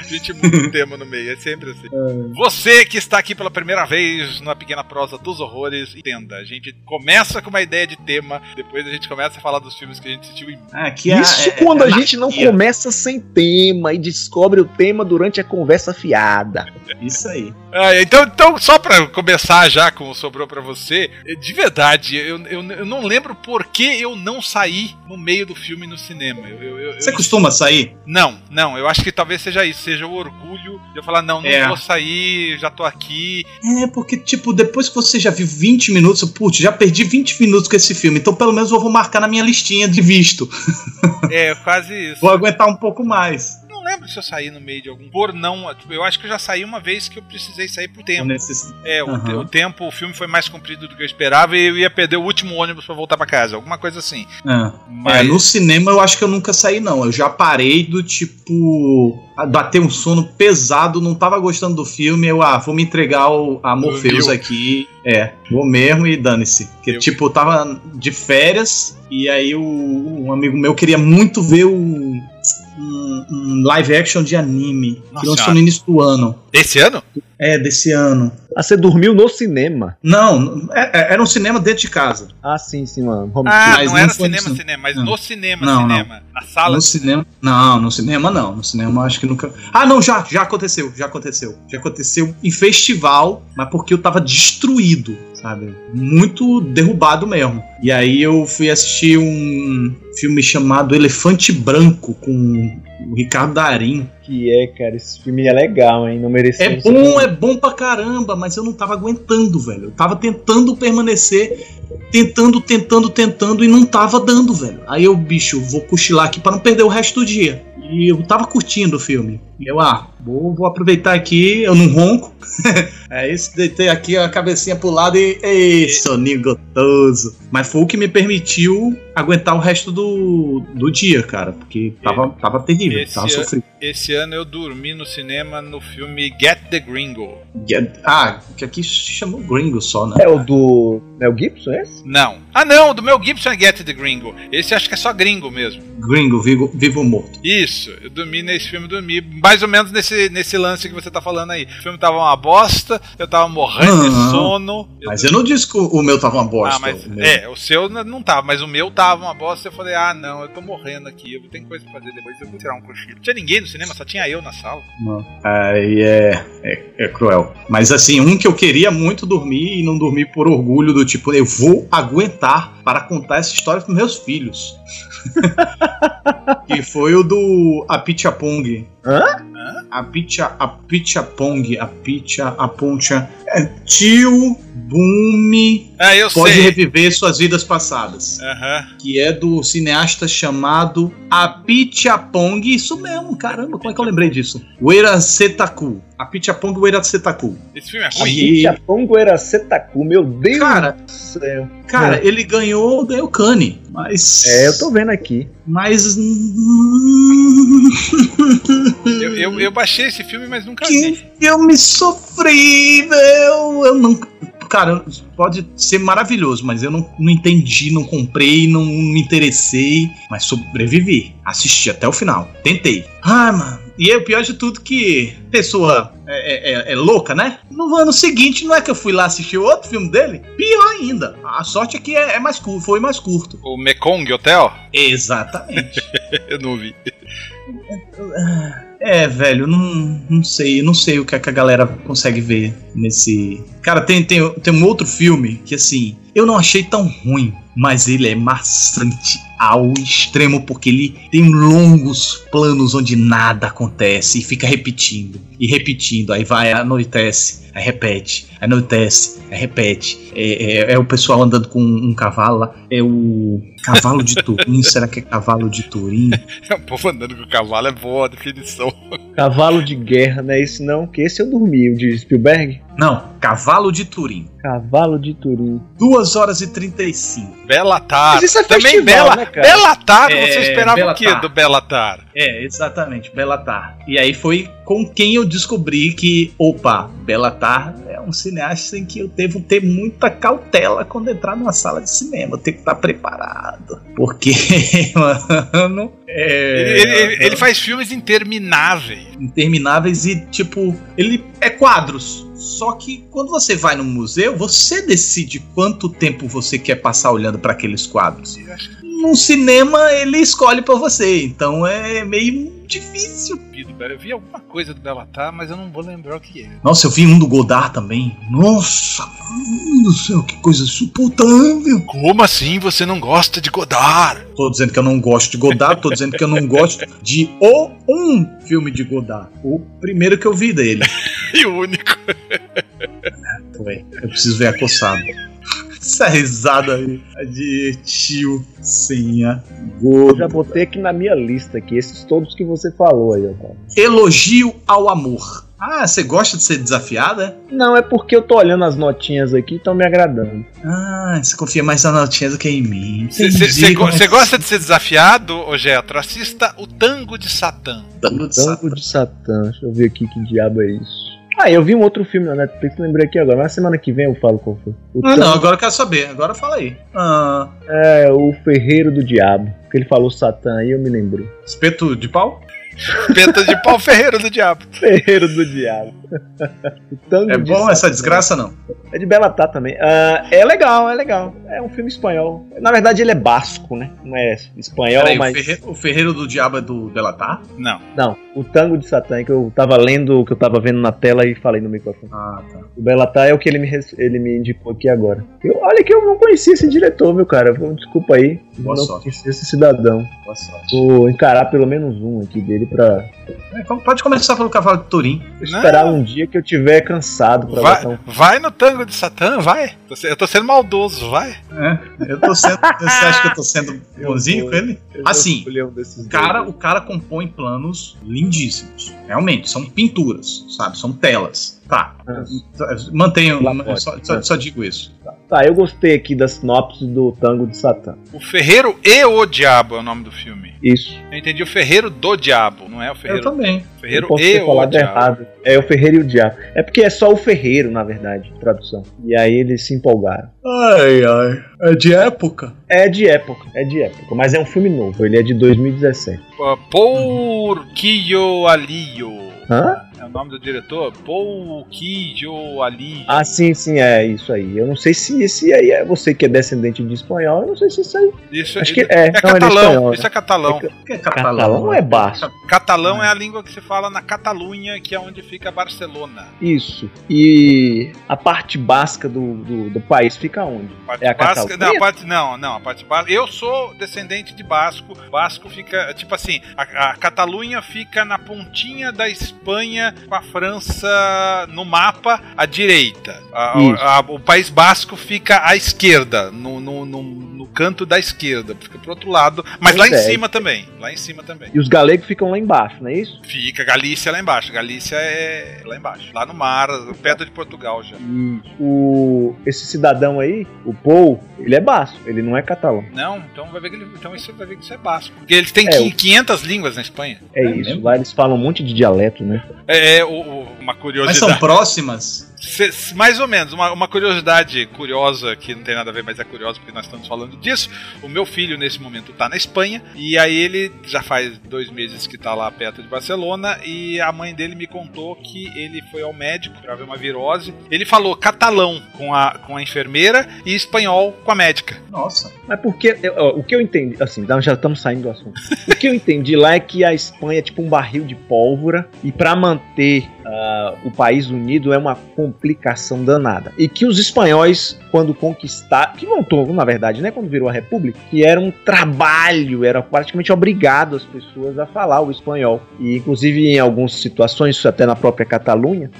A gente muda o tema no meio, é sempre assim. Você que está aqui pela primeira vez na Pequena Prosa dos Horrores, entenda. A gente começa com uma ideia de tema, depois a gente começa a falar dos filmes que a gente assistiu e
Ah, aqui é- é- é anarquia.
começa sem tema e descobre o tema durante a conversa fiada.
é Isso aí.
Ah, então, então, só pra começar já com o Sobrou Pra Você, é, de verdade, eu, eu, eu não lembro por que eu não saí no meio do filme no cinema. Eu- eu- eu-
Você
eu-
costuma sair?
Não, não, eu acho que talvez seja isso, seja o orgulho de eu falar, não, não
É.
vou sair, já tô aqui.
É, porque, tipo, depois que você já viu 20 minutos, putz, já perdi 20 minutos com esse filme, então pelo menos eu vou marcar na minha listinha de visto.
É, quase isso.
Vou aguentar um pouco mais.
Não lembro lembro se eu saí no meio de algum. Por não. tipo, Eu acho que eu já saí uma vez que eu precisei sair por tempo.
Nesses-
É, o,
Aham.
te- o tempo, o filme foi mais comprido do que eu esperava e eu ia perder o último ônibus pra voltar pra casa, alguma coisa assim.
É.
Mas
É, no cinema eu acho que eu nunca saí, não. Eu já parei do tipo. a- Bater um sono pesado, não tava gostando do filme. Eu, ah, vou me entregar ao, a Morpheus
Dormiu.
aqui. É, vou mesmo e dane-se. Porque,
Eu-
tipo, eu tava de férias e aí o, um amigo meu queria muito ver o, um, um live action de anime.
Nossa
que lançou
Senhora.
no início do ano.
esse ano?
É, desse ano.
Ah, você dormiu no cinema.
Não, é- é- era um cinema dentro de casa.
Ah, sim, sim, mano. Home
Ah,
Mas
não
não
era
foi no
cinema,
cin-
cinema, mas
não.
no cinema,
Não, não.
cinema. Na sala.
No cinema. Não, no cinema não. No cinema eu acho que nunca. Ah, não, já, já aconteceu, já aconteceu. Já aconteceu em festival, mas porque eu tava destruído, sabe? Muito derrubado mesmo. E aí eu fui assistir um filme chamado Elefante Branco com o Ricardo Darim.
Que é, cara, esse filme é legal, hein? Não merecia.
É
isso.
bom, é bom pra caramba, mas eu não tava aguentando, velho. Eu tava tentando permanecer, tentando, tentando, tentando e não tava dando, velho. Aí eu, bicho, vou cochilar aqui pra não perder o resto do dia. E eu tava curtindo o filme. E eu, ah, vou, vou aproveitar aqui, eu não ronco. Aí se deitei aqui a cabecinha pro lado e. Ei, soninho gostoso. Mas foi o que me permitiu aguentar o resto do, do dia, cara. Porque tava, tava terrível,
Esse
tava
ano-
sofrendo.
Esse ano eu dormi no cinema no filme Get the Gringo.
Ah, que aqui chamou gringo só, né?
É o do Mel Gibson, é esse?
Não. Ah, não, do Mel Gibson é Get the Gringo. Esse acho que é só gringo mesmo.
Gringo, vivo, vivo ou morto.
Isso, eu dormi nesse filme, dormi mais ou menos nesse, nesse lance que você tá falando aí. O filme tava uma bosta, eu tava morrendo de
Não.
sono. Eu
Mas eu não disse que o o meu tava uma bosta.
Ah, mas
o meu.
é, o seu n- não tava, mas o meu tava uma bosta. Eu falei, ah, não, eu tô morrendo aqui, eu tenho coisa pra fazer depois, eu vou tirar um cochilo. Não tinha ninguém no cinema, só tinha eu na sala.
Não. Aí é, é, é cruel. Mas assim, um que eu queria muito dormir e não dormi por orgulho do tipo, eu vou aguentar para contar essa história pros meus filhos. que foi o do Apichapong.
Hã?
A picha, a picha pong, a picha, a poncha. É, tio Bumi
Ah, eu
pode
sei.
reviver suas vidas passadas.
Aham.
que é do cineasta chamado Apichapong. Isso mesmo, caramba, como é que eu lembrei disso? Uera Setaku. Apichapong Uera Setaku.
Esse filme é ruim.
Que-
Chapongo era Setaku, meu Deus
Cara,
do céu.
cara,
É.
ele ganhou, ganhou Cane, mas
É, eu tô vendo aqui.
mas
Eu, eu, eu baixei esse filme, mas nunca
Que
vi.
filme sofrível! Eu não. Cara, pode ser maravilhoso, mas eu não, não entendi, não comprei, não me interessei. Mas sobrevivi. Assisti até o final. Tentei. Ah, mano. E é o pior de tudo que pessoa é, é- é- é louca, né? No ano seguinte, não é que eu fui lá assistir outro filme dele? Pior ainda. A sorte é que é, é mais curto, foi mais curto.
O Mekong Hotel?
Exatamente.
Eu não vi.
É, velho, não, não sei, não sei o que, é que a galera consegue ver nesse. Cara, tem, tem, tem um outro filme que, assim, eu não achei tão ruim, mas ele é maçante ao extremo, porque ele tem longos planos onde nada acontece e fica repetindo e repetindo. Aí vai, anoitece, aí repete, anoitece, aí repete. É, é- é o pessoal andando com um cavalo lá, é o cavalo de Turim, será que é cavalo de Turim?
O É um povo andando com o cavalo é boa a definição.
Cavalo de guerra, não é isso não? Que esse eu dormi, o de Spielberg.
Não, cavalo de Turim.
Cavalo de Turim.
2 horas e 35.
Belatar.
Ah,
Mas isso é
Também
festival,
Bela.
né, cara?
Belatar,
É,
você esperava o quê
Belatar.
do Belatar?
É, exatamente, Belatar. E aí foi com quem eu descobri que, opa, Belatar é um cineasta em que eu devo ter muita cautela quando entrar numa sala de cinema. Eu tenho que estar preparado. Porque, mano, é,
Ele, ele- ele faz filmes intermináveis.
intermináveis e, tipo, ele é quadros. Só que quando você vai no museu, você decide quanto tempo você quer passar olhando para aqueles quadros. no cinema ele escolhe pra você, então é meio difícil.
Eu vi alguma coisa do Belatar, mas eu não vou lembrar o que é.
Nossa, eu vi um do Godard também. Nossa, mano do céu, que coisa insuportável.
Como assim você não gosta de Godard?
Tô dizendo que eu não gosto de Godard, tô dizendo que eu não gosto de o um filme de Godard. O primeiro que eu vi dele.
E o único.
Foi. Eu preciso ver a coçada. Essa risada aí é de tio senha
Eu
gordo.
já botei aqui na minha lista aqui, esses todos que você falou aí, Otávio.
Elogio ao amor. Ah, você gosta de ser desafiada?
Não, é porque eu tô olhando as notinhas aqui e estão me agradando.
Ah, você confia mais na notinha do que em mim. Entendi como é
Você
que-
gosta de ser desafiado, ô Getro? Assista o Tango de Satã.
Tango de saco.
Tango de Satã. Deixa eu ver aqui que diabo é isso. Ah, eu vi um outro filme na Netflix, lembrei aqui agora, mas semana que vem eu falo qual foi. O,
Ah, não,
Tango
agora eu quero saber. Agora fala aí. Ah,
é o Ferreiro do Diabo. Porque ele falou Satã aí, eu me lembrei.
espeto de pau?
Peta de pau ferreiro do diabo.
Ferreiro do Diabo. o Tango
É
de
bom
Satã.
essa desgraça, não?
É de Belatá também. Ah, é legal, é legal. É um filme espanhol. Na verdade, ele é basco, né? Não é espanhol,
Peraí,
mas.
o, ferreiro, o ferreiro do diabo é do Belatar?
Não.
Não, o Tango de Satã, é que eu tava lendo, que eu tava vendo na tela e falei no microfone.
Ah, tá.
O Belatá é o que ele me, res- ele me indicou aqui agora. Eu- olha que eu não conhecia esse diretor, meu cara. Desculpa aí.
Boa
não
sorte.
conhecia esse cidadão.
Boa sorte.
Vou encarar pelo menos um aqui dele pra
É, então pode começar pelo cavalo de Turim.
esperar um dia que eu tiver cansado pra
Vai,
botar um.
vai no Tango de Satã, vai. Tô se- Eu tô sendo maldoso, vai.
É, eu tô sendo. você acha que eu tô sendo bonzinho com ele?
eu vou
Assim,
escolher um desses
o cara,
dois.
o cara compõe planos lindíssimos. Realmente, são pinturas, sabe? São telas. Tá. Mantenho.
Lá pode. né?
Só, só- só digo isso.
Tá, eu gostei aqui da sinopse do Tango de Satã.
O Ferreiro e o Diabo é o nome do filme.
Isso.
Eu entendi o Ferreiro do Diabo, não é o
Eu
Ferreiro.
também.
Ferreiro
Eu posso
e
ter
o
falado
Diabo.
errado. É o Ferreiro e o Diabo. É porque é só o Ferreiro, na verdade, tradução. E aí eles se empolgaram.
Ai, ai. É de época.
É de época, é de época. Mas é um filme novo, ele é de 2017.
Ah, Porquillo Alio.
Hã?
É o nome do diretor? Porquillo Alio.
Ah, sim, sim, é isso aí. Eu não sei se esse aí é você que é descendente de espanhol, eu não sei se isso aí.
isso,
Acho que
isso-
é.
é,
não, ele é
catalão.
espanhol.
isso é catalão.
O que é
Catalão,
catalão?
é basco.
Catalão é a língua que se fala na Catalunha, que é onde fica Barcelona.
Isso. E a parte basca do, do, do país fica onde?
A parte
É a
basca,
Catalunha?
não, a parte, não, não, a parte basca. Eu sou descendente de basco. Basco fica, tipo assim, a, a Catalunha fica na pontinha da Espanha com a França no mapa à direita. A- a-
Isso.
a- o País Basco fica à esquerda, no, no, no, no canto da esquerda, fica pro outro lado, mas lá em
Pois é.
cima também, lá em cima também.
E os galegos ficam lá embaixo, não é isso?
Fica Galícia lá embaixo. Galícia é lá embaixo, lá no mar, perto de Portugal já.
E o, esse cidadão aí, o Paul, ele é basco, ele não é catalão.
Não, então vai ver que ele, então você vai ver que isso é basco. Porque eles têm
É,
qui-
o-
500 línguas na Espanha.
É,
É
isso,
mesmo?
lá eles falam um monte de dialeto, né?
É, é, o- o- uma
Mas são
curiosidade.
próximas?
Se- se- mais ou menos, uma, uma curiosidade curiosa, que não tem nada a ver, mas é curiosa porque nós estamos falando disso. O meu filho, nesse momento, tá na Espanha, e aí ele já faz dois meses que tá lá perto de Barcelona, e a mãe dele me contou que ele foi ao médico pra ver uma virose. Ele falou catalão com a, com a enfermeira e espanhol com a médica.
Nossa.
Mas porque, eu- ó, o que eu entendi, assim, então já estamos saindo do assunto. O que eu entendi lá é que a Espanha é tipo um barril de pólvora e pra manter ah, o país unido é uma complicação danada. E que os espanhóis, quando conquistaram, que montou, na verdade, né, quando virou a República, que era um trabalho, era praticamente obrigado as pessoas a falar o espanhol. E inclusive em algumas situações, isso até na própria Catalunha,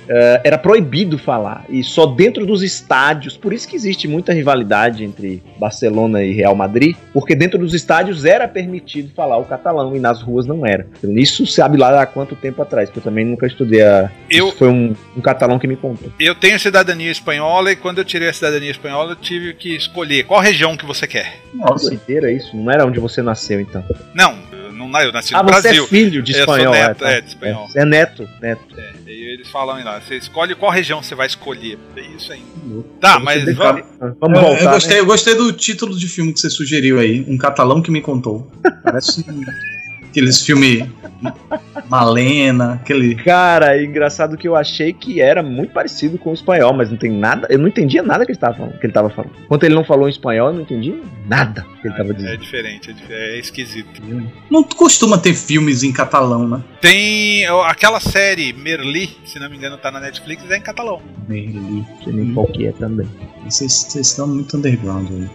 era proibido falar e só dentro dos estádios. Por isso que existe muita rivalidade entre Barcelona e Real Madrid, porque dentro dos estádios era permitido falar o catalão e nas ruas não era. Isso sabe lá há quanto tempo atrás, porque eu também nunca estudei a.
Eu-
Isso foi um, um catalão que me contou.
Eu tenho cidadania espanhola e quando eu tirei a cidadania espanhola eu tive que escolher qual região que você quer.
Que
Nossa.
doideira é isso, não era onde você nasceu então.
Não, eu não eu nasci no
ah, você
Brasil.
é filho de
Eu sou
espanhol,
neto,
é, tá.
é, de espanhol.
É, você é neto, neto.
E eles falam lá, você escolhe qual região você vai escolher. É isso aí. Tá, mas
Você
vamos,
deve- Vamos
eu, eu
voltar.
gostei,
né?
eu gostei do título de filme que você sugeriu aí, Um Catalão que me contou. Parece um- aqueles filmes Malena, aquele.
Cara, é engraçado que eu achei que era muito parecido com o espanhol, mas não tem nada. Eu não entendia nada que ele tava falando. Que ele tava falando. Enquanto ele não falou em espanhol, eu não entendi nada que ele tava
é
dizendo.
diferente, é dif- é esquisito.
Não costuma ter filmes em catalão, né?
Tem ó, aquela série Merli, se não me engano, tá na Netflix, é em catalão.
Merli.
Não sei nem qual que é também.
Vocês vocês estão muito underground aí.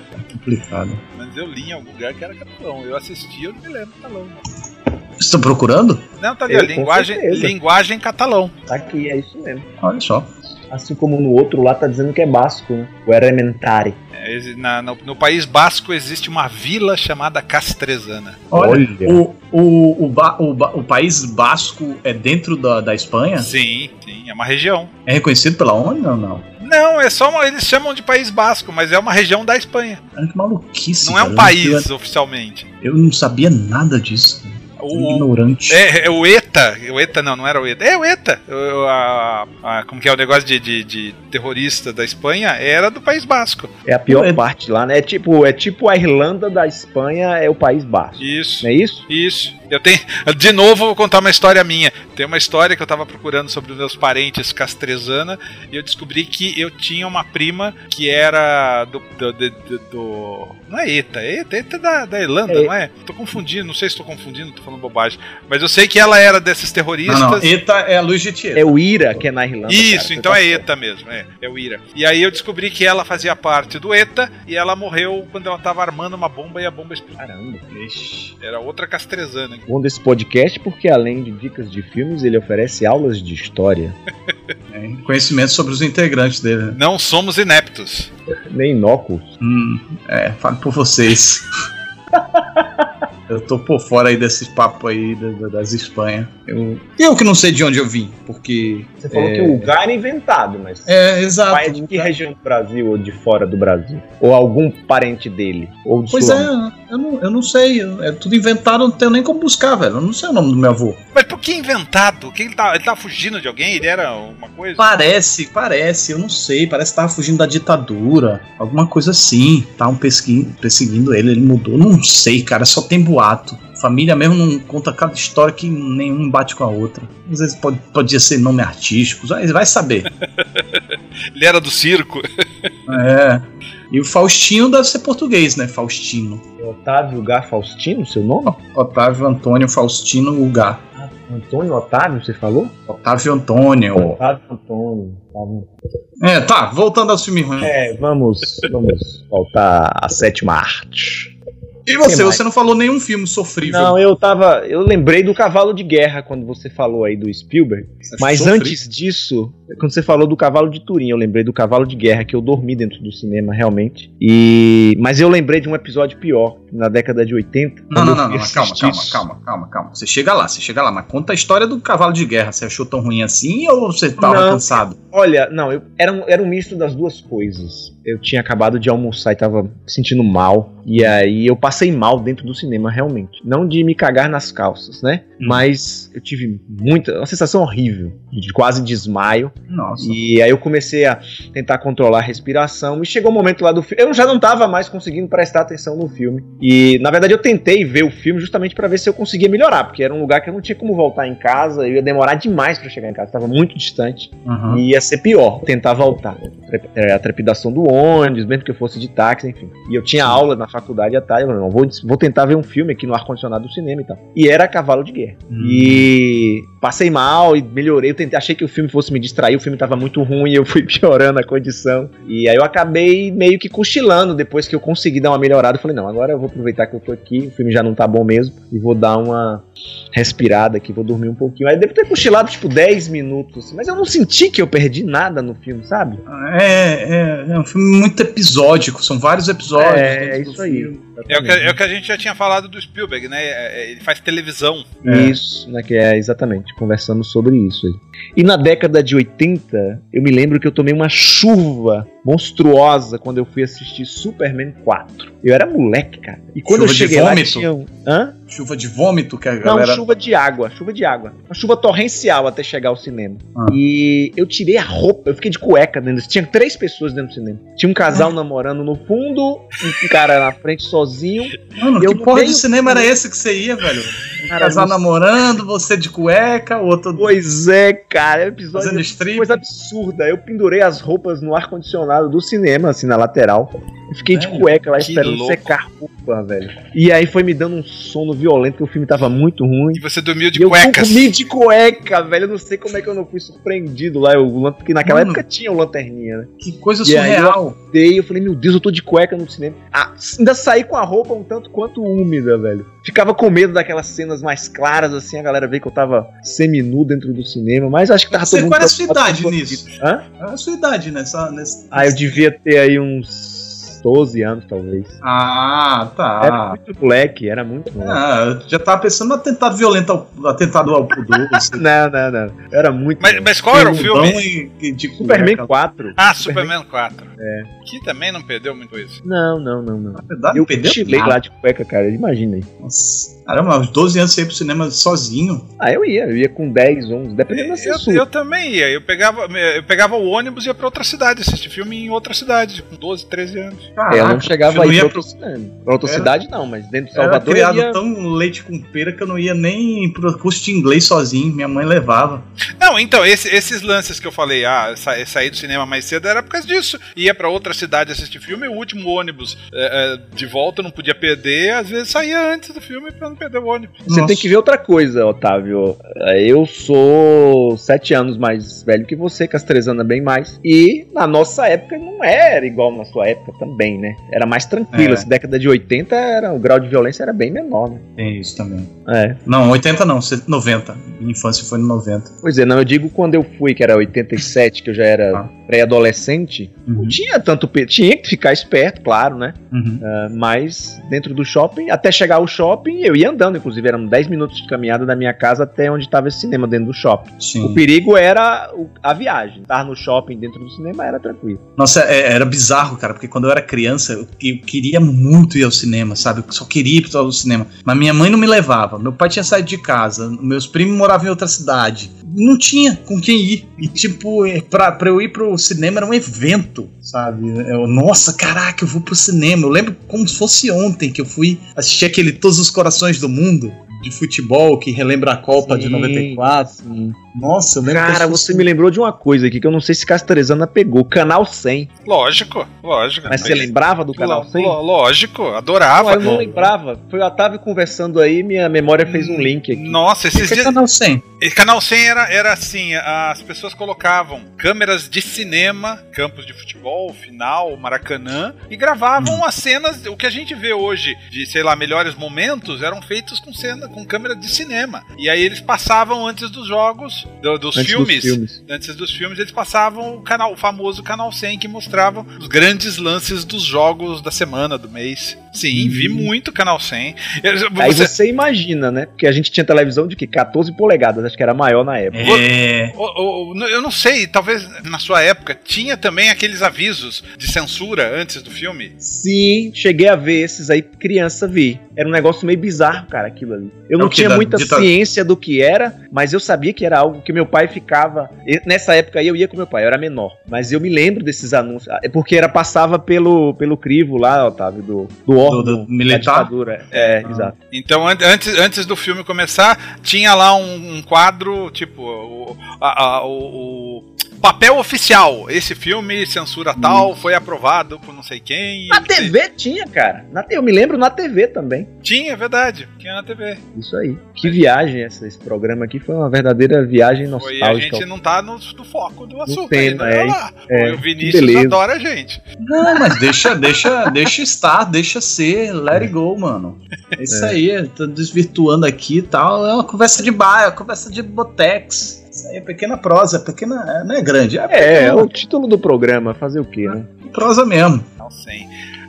Tá complicado.
Mas eu li em algum lugar que era catalão. Eu assisti, eu não me lembro catalão. não.
Vocês estão procurando?
Não, tá ali, ó,
Eu, com
linguagem,
certeza.
linguagem catalão.
Tá aqui, é isso mesmo.
Olha só.
Assim como no outro lá tá dizendo que é basco, né? O Elementari.
É, exi- na- no, no País Basco existe uma vila chamada Castrezana.
Olha, O, o, o, ba- o, ba- o País Basco é dentro da, da Espanha?
Sim, sim, é uma região.
É reconhecido pela ONU ou não?
Não, é só uma, eles chamam de País Basco, mas é uma região da Espanha.
Cara, que maluquice.
Não é
cara.
um país oficialmente.
Eu não sabia nada disso. cara.
O-
Ignorante.
É, é o ETA. O ETA não, não era o ETA. É o ETA. O- a- a- como que é o negócio de, de- de terrorista da Espanha? Era do País Basco.
É a pior
É.
parte lá, né? É tipo, é tipo a Irlanda da Espanha é o país basco.
Isso.
Não é isso?
Isso. Eu tenho. De novo, vou contar uma história minha. Tem uma história que eu tava procurando sobre os meus parentes castrezana e eu descobri que eu tinha uma prima que era do. do, do- do- do- não é ETA, é ETA, ETA é da, da Irlanda,
É.
não é? Tô confundindo, não sei se tô confundindo, tô falando bobagem. Mas eu sei que ela era desses terroristas.
Não, não. ETA é a Luiz de Tietê.
É o Ira que é na Irlanda. cara,
Isso,
você
então
tá
é
certo.
ETA mesmo, é, é o IRA. E aí eu descobri que ela fazia parte do ETA e ela morreu quando ela tava armando uma bomba e a bomba explodiu.
Caramba.
Ixi, Era outra castrezana. hein?
Bom desse podcast porque além de dicas de filmes, ele oferece aulas de história.
É, Conhecimento sobre os integrantes dele. né?
Não somos ineptos.
Nem inóculos.
Hum, é, falo por vocês. eu tô por fora aí desse papo aí da- da- das Espanha. Eu, eu que não sei de onde eu vim, porque.
Você falou que o lugar era inventado, mas.
É,
Pai é de
exato.
que região do Brasil ou de fora do Brasil? Ou algum parente dele? Ou de
Pois
sua
é, eu não, eu não sei. eu- É tudo inventado, eu não tenho nem como buscar, velho. Eu não sei o nome do meu avô.
Mas por que inventado? Que ele, tá, ele tava fugindo de alguém? Ele era uma coisa?
Parece, parece, eu não sei, parece que tava fugindo da ditadura, alguma coisa assim. Estavam perseguindo, perseguindo ele, ele mudou, não sei, cara, só tem boato. Família mesmo não conta cada história que nenhum bate com a outra. Às vezes pode, podia ser nome artístico, vai, vai saber.
Ele era do circo?
é. E o Faustino deve ser português, né? Faustino.
É Otávio Gá Faustino, seu nome?
Otávio Antônio Faustino Ugar.
Antônio Otávio, você falou?
Otávio Antônio.
Otávio Antônio. Otávio.
É, tá, voltando ao filme ruim.
É, vamos, vamos voltar à sétima arte.
E você,
que mais?
você não falou nenhum filme sofrível.
Não, eu tava. Eu lembrei do Cavalo de Guerra quando você falou aí do Spielberg. Mas
Sofrível.
antes disso, quando você falou do cavalo de Turim, eu lembrei do cavalo de guerra que eu dormi dentro do cinema realmente. E mas eu lembrei de um episódio pior na década de 80.
Não,
quando
não,
eu
não,
fui
não, mas calma,
assistir
calma,
isso.
calma, calma, calma. Você chega lá, você chega lá, mas conta a história do cavalo de guerra. Você achou tão ruim assim ou você tava
Não.
cansado?
Olha, não, eu, era, um, era um misto das duas coisas. Eu tinha acabado de almoçar e tava me sentindo mal. E aí eu passei mal dentro do cinema, realmente. Não de me cagar nas calças, né?
Hum.
Mas eu tive muita. Uma sensação horrível. De quase desmaio.
Nossa.
E aí eu comecei a tentar controlar a respiração. E chegou um momento lá do filme. Eu já não tava mais conseguindo prestar atenção no filme. E na verdade eu tentei ver o filme justamente para ver se eu conseguia melhorar. Porque era um lugar que eu não tinha como voltar em casa. Eu ia demorar demais para chegar em casa. Tava muito distante.
Aham.
E ia ser pior tentar voltar. Trep- é, A trepidação do ônibus, mesmo que eu fosse de táxi, enfim. E eu tinha aula na faculdade à tarde. Eu falei, não, vou, des- vou tentar ver um filme aqui no ar-condicionado do cinema e tal. E era Cavalo de Guerra.
Hum.
E passei mal e melhorei. Eu tentei, achei que o filme fosse me distrair, o filme tava muito ruim, eu fui piorando a condição. E aí eu acabei meio que cochilando depois que eu consegui dar uma melhorada. Eu falei, não, agora eu vou aproveitar que eu tô aqui, o filme já não tá bom mesmo, e vou dar uma respirada aqui, vou dormir um pouquinho. Aí devo ter cochilado tipo 10 minutos, assim, mas eu não senti que eu perdi nada no filme, sabe?
É, é, é um filme muito episódico, são vários episódios.
É,
dentro
é
do
isso aí.
filme.
É o, que, é o que a gente já tinha falado do Spielberg, né? É, é, Ele faz televisão.
É.
Isso, né, que é exatamente, conversamos sobre isso aí. E na década de 80, eu me lembro que eu tomei uma chuva monstruosa quando eu fui assistir Superman 4. Eu era moleque, cara. E quando
Chuva
eu
de
cheguei lá,
vômito?
tinha um... Hã?
É. Chuva de vômito que a
Não,
galera.
chuva de água, chuva de água. Uma chuva torrencial até chegar ao cinema.
Ah.
E eu tirei a roupa, eu fiquei de cueca dentro. Tinha três pessoas dentro do cinema. Tinha um
Ah.
casal namorando no fundo, um cara na frente sozinho.
Mano,
eu
que
não
porra de
tenho-
cinema era esse que você ia, velho?
Cara,
Casar
não-
namorando, você de cueca, o outro
Pois é, cara, é um episódio
fazendo strip.
coisa absurda. Eu pendurei as roupas no ar-condicionado do cinema, assim, na lateral. Eu Fiquei de
Velho,
cueca lá
que
esperando
louco.
secar a roupa, velho. E aí foi me dando um sono violento, que o filme tava muito ruim.
E você dormiu
E
de cuecas.
Eu dormi de cueca, velho. Eu não sei como é que eu não fui surpreendido lá. Eu, lan- porque naquela
Mano.
época tinha o lanterninha, né?
Que coisa
E aí,
surreal.
Dei, eu falei, meu Deus, eu tô de cueca no cinema. Ah, ainda saí com a roupa um tanto quanto úmida, velho. Ficava com medo daquelas cenas mais claras, assim, a galera vê que eu tava seminu dentro do cinema, mas acho que tava
Você
todo mundo.
qual era a sua idade
preocupado.
nisso?
Hã?
Qual era É a sua idade nessa. nessa...
Ah, eu devia ter aí uns 12 anos, talvez.
Ah,
Era
tá.
muito moleque, era muito moleque.
Ah, eu já tava pensando no atentado violento ao, atentado ao pudor. assim.
Não, não, não. Era muito.
Mas, mas qual era o
Peludão
filme?
e- e de
Superman
cueca.
4.
Ah, Superman 4. Que também não perdeu muito isso.
Não, não, não, não.
Na verdade,
Eu
Ah, não perdeu
cochilei
nada.
lá de cueca, cara. Imagina aí.
Nossa, Caramba, aos 12 anos você ia pro cinema sozinho.
Ah, eu ia. Eu ia com 10, 11. Dependendo da
Eu,
censura.
eu também ia. Eu pegava, eu pegava o ônibus e ia pra outra cidade, assistir filme em outra cidade, com 12, 13 anos.
Caraca,
É, eu não chegava
eu não
aí pra
ia
outra
pro...
cidade. Pra outra
Era-
cidade, não. Mas dentro de
Eu era
Salvador, eu
criado
ia...
tão leite com pera que eu não ia nem pro curso de inglês sozinho. Minha mãe levava.
Não, então, esse- esses lances que eu falei, ah, sa, sair do cinema mais cedo era por causa disso. Ia pra outra cidade assistir filme, o último ônibus é, é, de volta não podia perder, às vezes saía antes do filme pra não perder o ônibus.
Você tem que ver outra coisa, Otávio. É, Eu sou sete anos mais velho que você, Castrezana bem mais. E na nossa época não era igual na sua época também, né? Era mais tranquilo.
É.
Essa década de 80 era, o grau de violência era bem menor, né?
Tem isso também.
É.
Não, 80 não, 90. Minha infância foi no 90.
Pois é, não, eu digo quando eu fui, que era 87, que eu já era
Ah.
pré-adolescente, não
Uhum,
tinha tanto. pe- Tinha que ficar esperto, claro, né?
uhum.
Ah, Mas dentro do shopping, até chegar ao shopping, eu ia andando, inclusive, eram 10 minutos de caminhada da minha casa até onde estava esse cinema dentro do shopping. É. O
Sim.
perigo era o- a viagem. Estar no shopping dentro do cinema era tranquilo.
Nossa, é- era bizarro, cara, porque quando eu era criança, eu, que- eu queria muito ir ao cinema, sabe? Eu só queria ir ao cinema. Mas minha mãe não me levava, meu pai tinha saído de casa, meus primos moravam em outra cidade. Não tinha com quem ir. E, tipo, é, pra, pra eu ir pro cinema era um evento, sabe? Eu, nossa, caraca, eu vou pro cinema. Eu lembro como se fosse ontem que eu fui assistir aquele Todos os Corações do Mundo. De futebol que relembra a Copa de
Sim,
94.
sim.
Nossa, eu lembro
Cara,
como se
você
fosse-
me lembrou de uma coisa aqui que eu não sei se Castrezana pegou. Canal 100.
Lógico, lógico.
Mas você lembrava do Canal
Lo-
100?
lo- Lógico, adorava.
Não, eu não lembrava. Foi o Otávio conversando aí, minha memória fez um link aqui.
Nossa, esses
Que é
dias,
canal 100?
E Canal 100 era, era assim, as pessoas colocavam câmeras de cinema, campos de futebol, final, Maracanã, e gravavam as cenas, o que a gente vê hoje de, sei lá, melhores momentos, eram feitos com cena, com câmera de cinema. E aí eles passavam antes dos jogos, do- dos,
Antes dos
filmes,
filmes.
antes dos filmes, eles passavam o canal, o famoso Canal 100 que mostrava os grandes lances dos jogos da semana, do mês. Sim, vi muito Canal 100. Eu-
Aí
você-
você imagina, né? Porque a gente tinha televisão de que? 14 polegadas, acho que era maior na época.
É.
O- o- o- eu não sei, talvez na sua época tinha também aqueles avisos de censura antes do filme.
Sim, cheguei a ver esses aí, criança vi. Era um negócio meio bizarro, cara, aquilo ali. Eu
É
não
o que
tinha
dá-
muita
ditado-
ciência do que era, mas eu sabia que era algo que meu pai ficava. e Nessa época aí eu ia com meu pai, eu era menor. Mas eu me lembro desses anúncios. ah, é Porque era passava pelo, pelo crivo lá, Otávio, do, do órgão
do
da
militar?
ditadura. É,
Ah.
exato.
Então, an- antes, antes do filme começar, tinha lá um, um quadro, tipo, o, a- a- o- o papel oficial. Esse filme, censura tal, foi aprovado por não sei quem.
Hum. Na TV tinha, cara. Na, eu me lembro na TV também.
Tinha, é verdade. Tinha na TV.
Isso aí. Que viagem essa, esse programa aqui. Foi uma verdadeira viagem
Foi, a
nostálgica.
gente não tá no, no foco do assunto
tema,
ainda.
é,
olha lá.
é,
o
que
Vinícius
beleza.
adora a gente.
Não, mas deixa, deixa, deixa estar, deixa ser, let it go, mano. É isso
É.
aí, tô desvirtuando aqui e tal. É uma conversa de bar, é uma conversa de botex. Isso aí é pequena prosa, pequena. é, Não é grande, é,
É, é
pequena
o título do programa, fazer o quê, né?
prosa mesmo.
Não sei.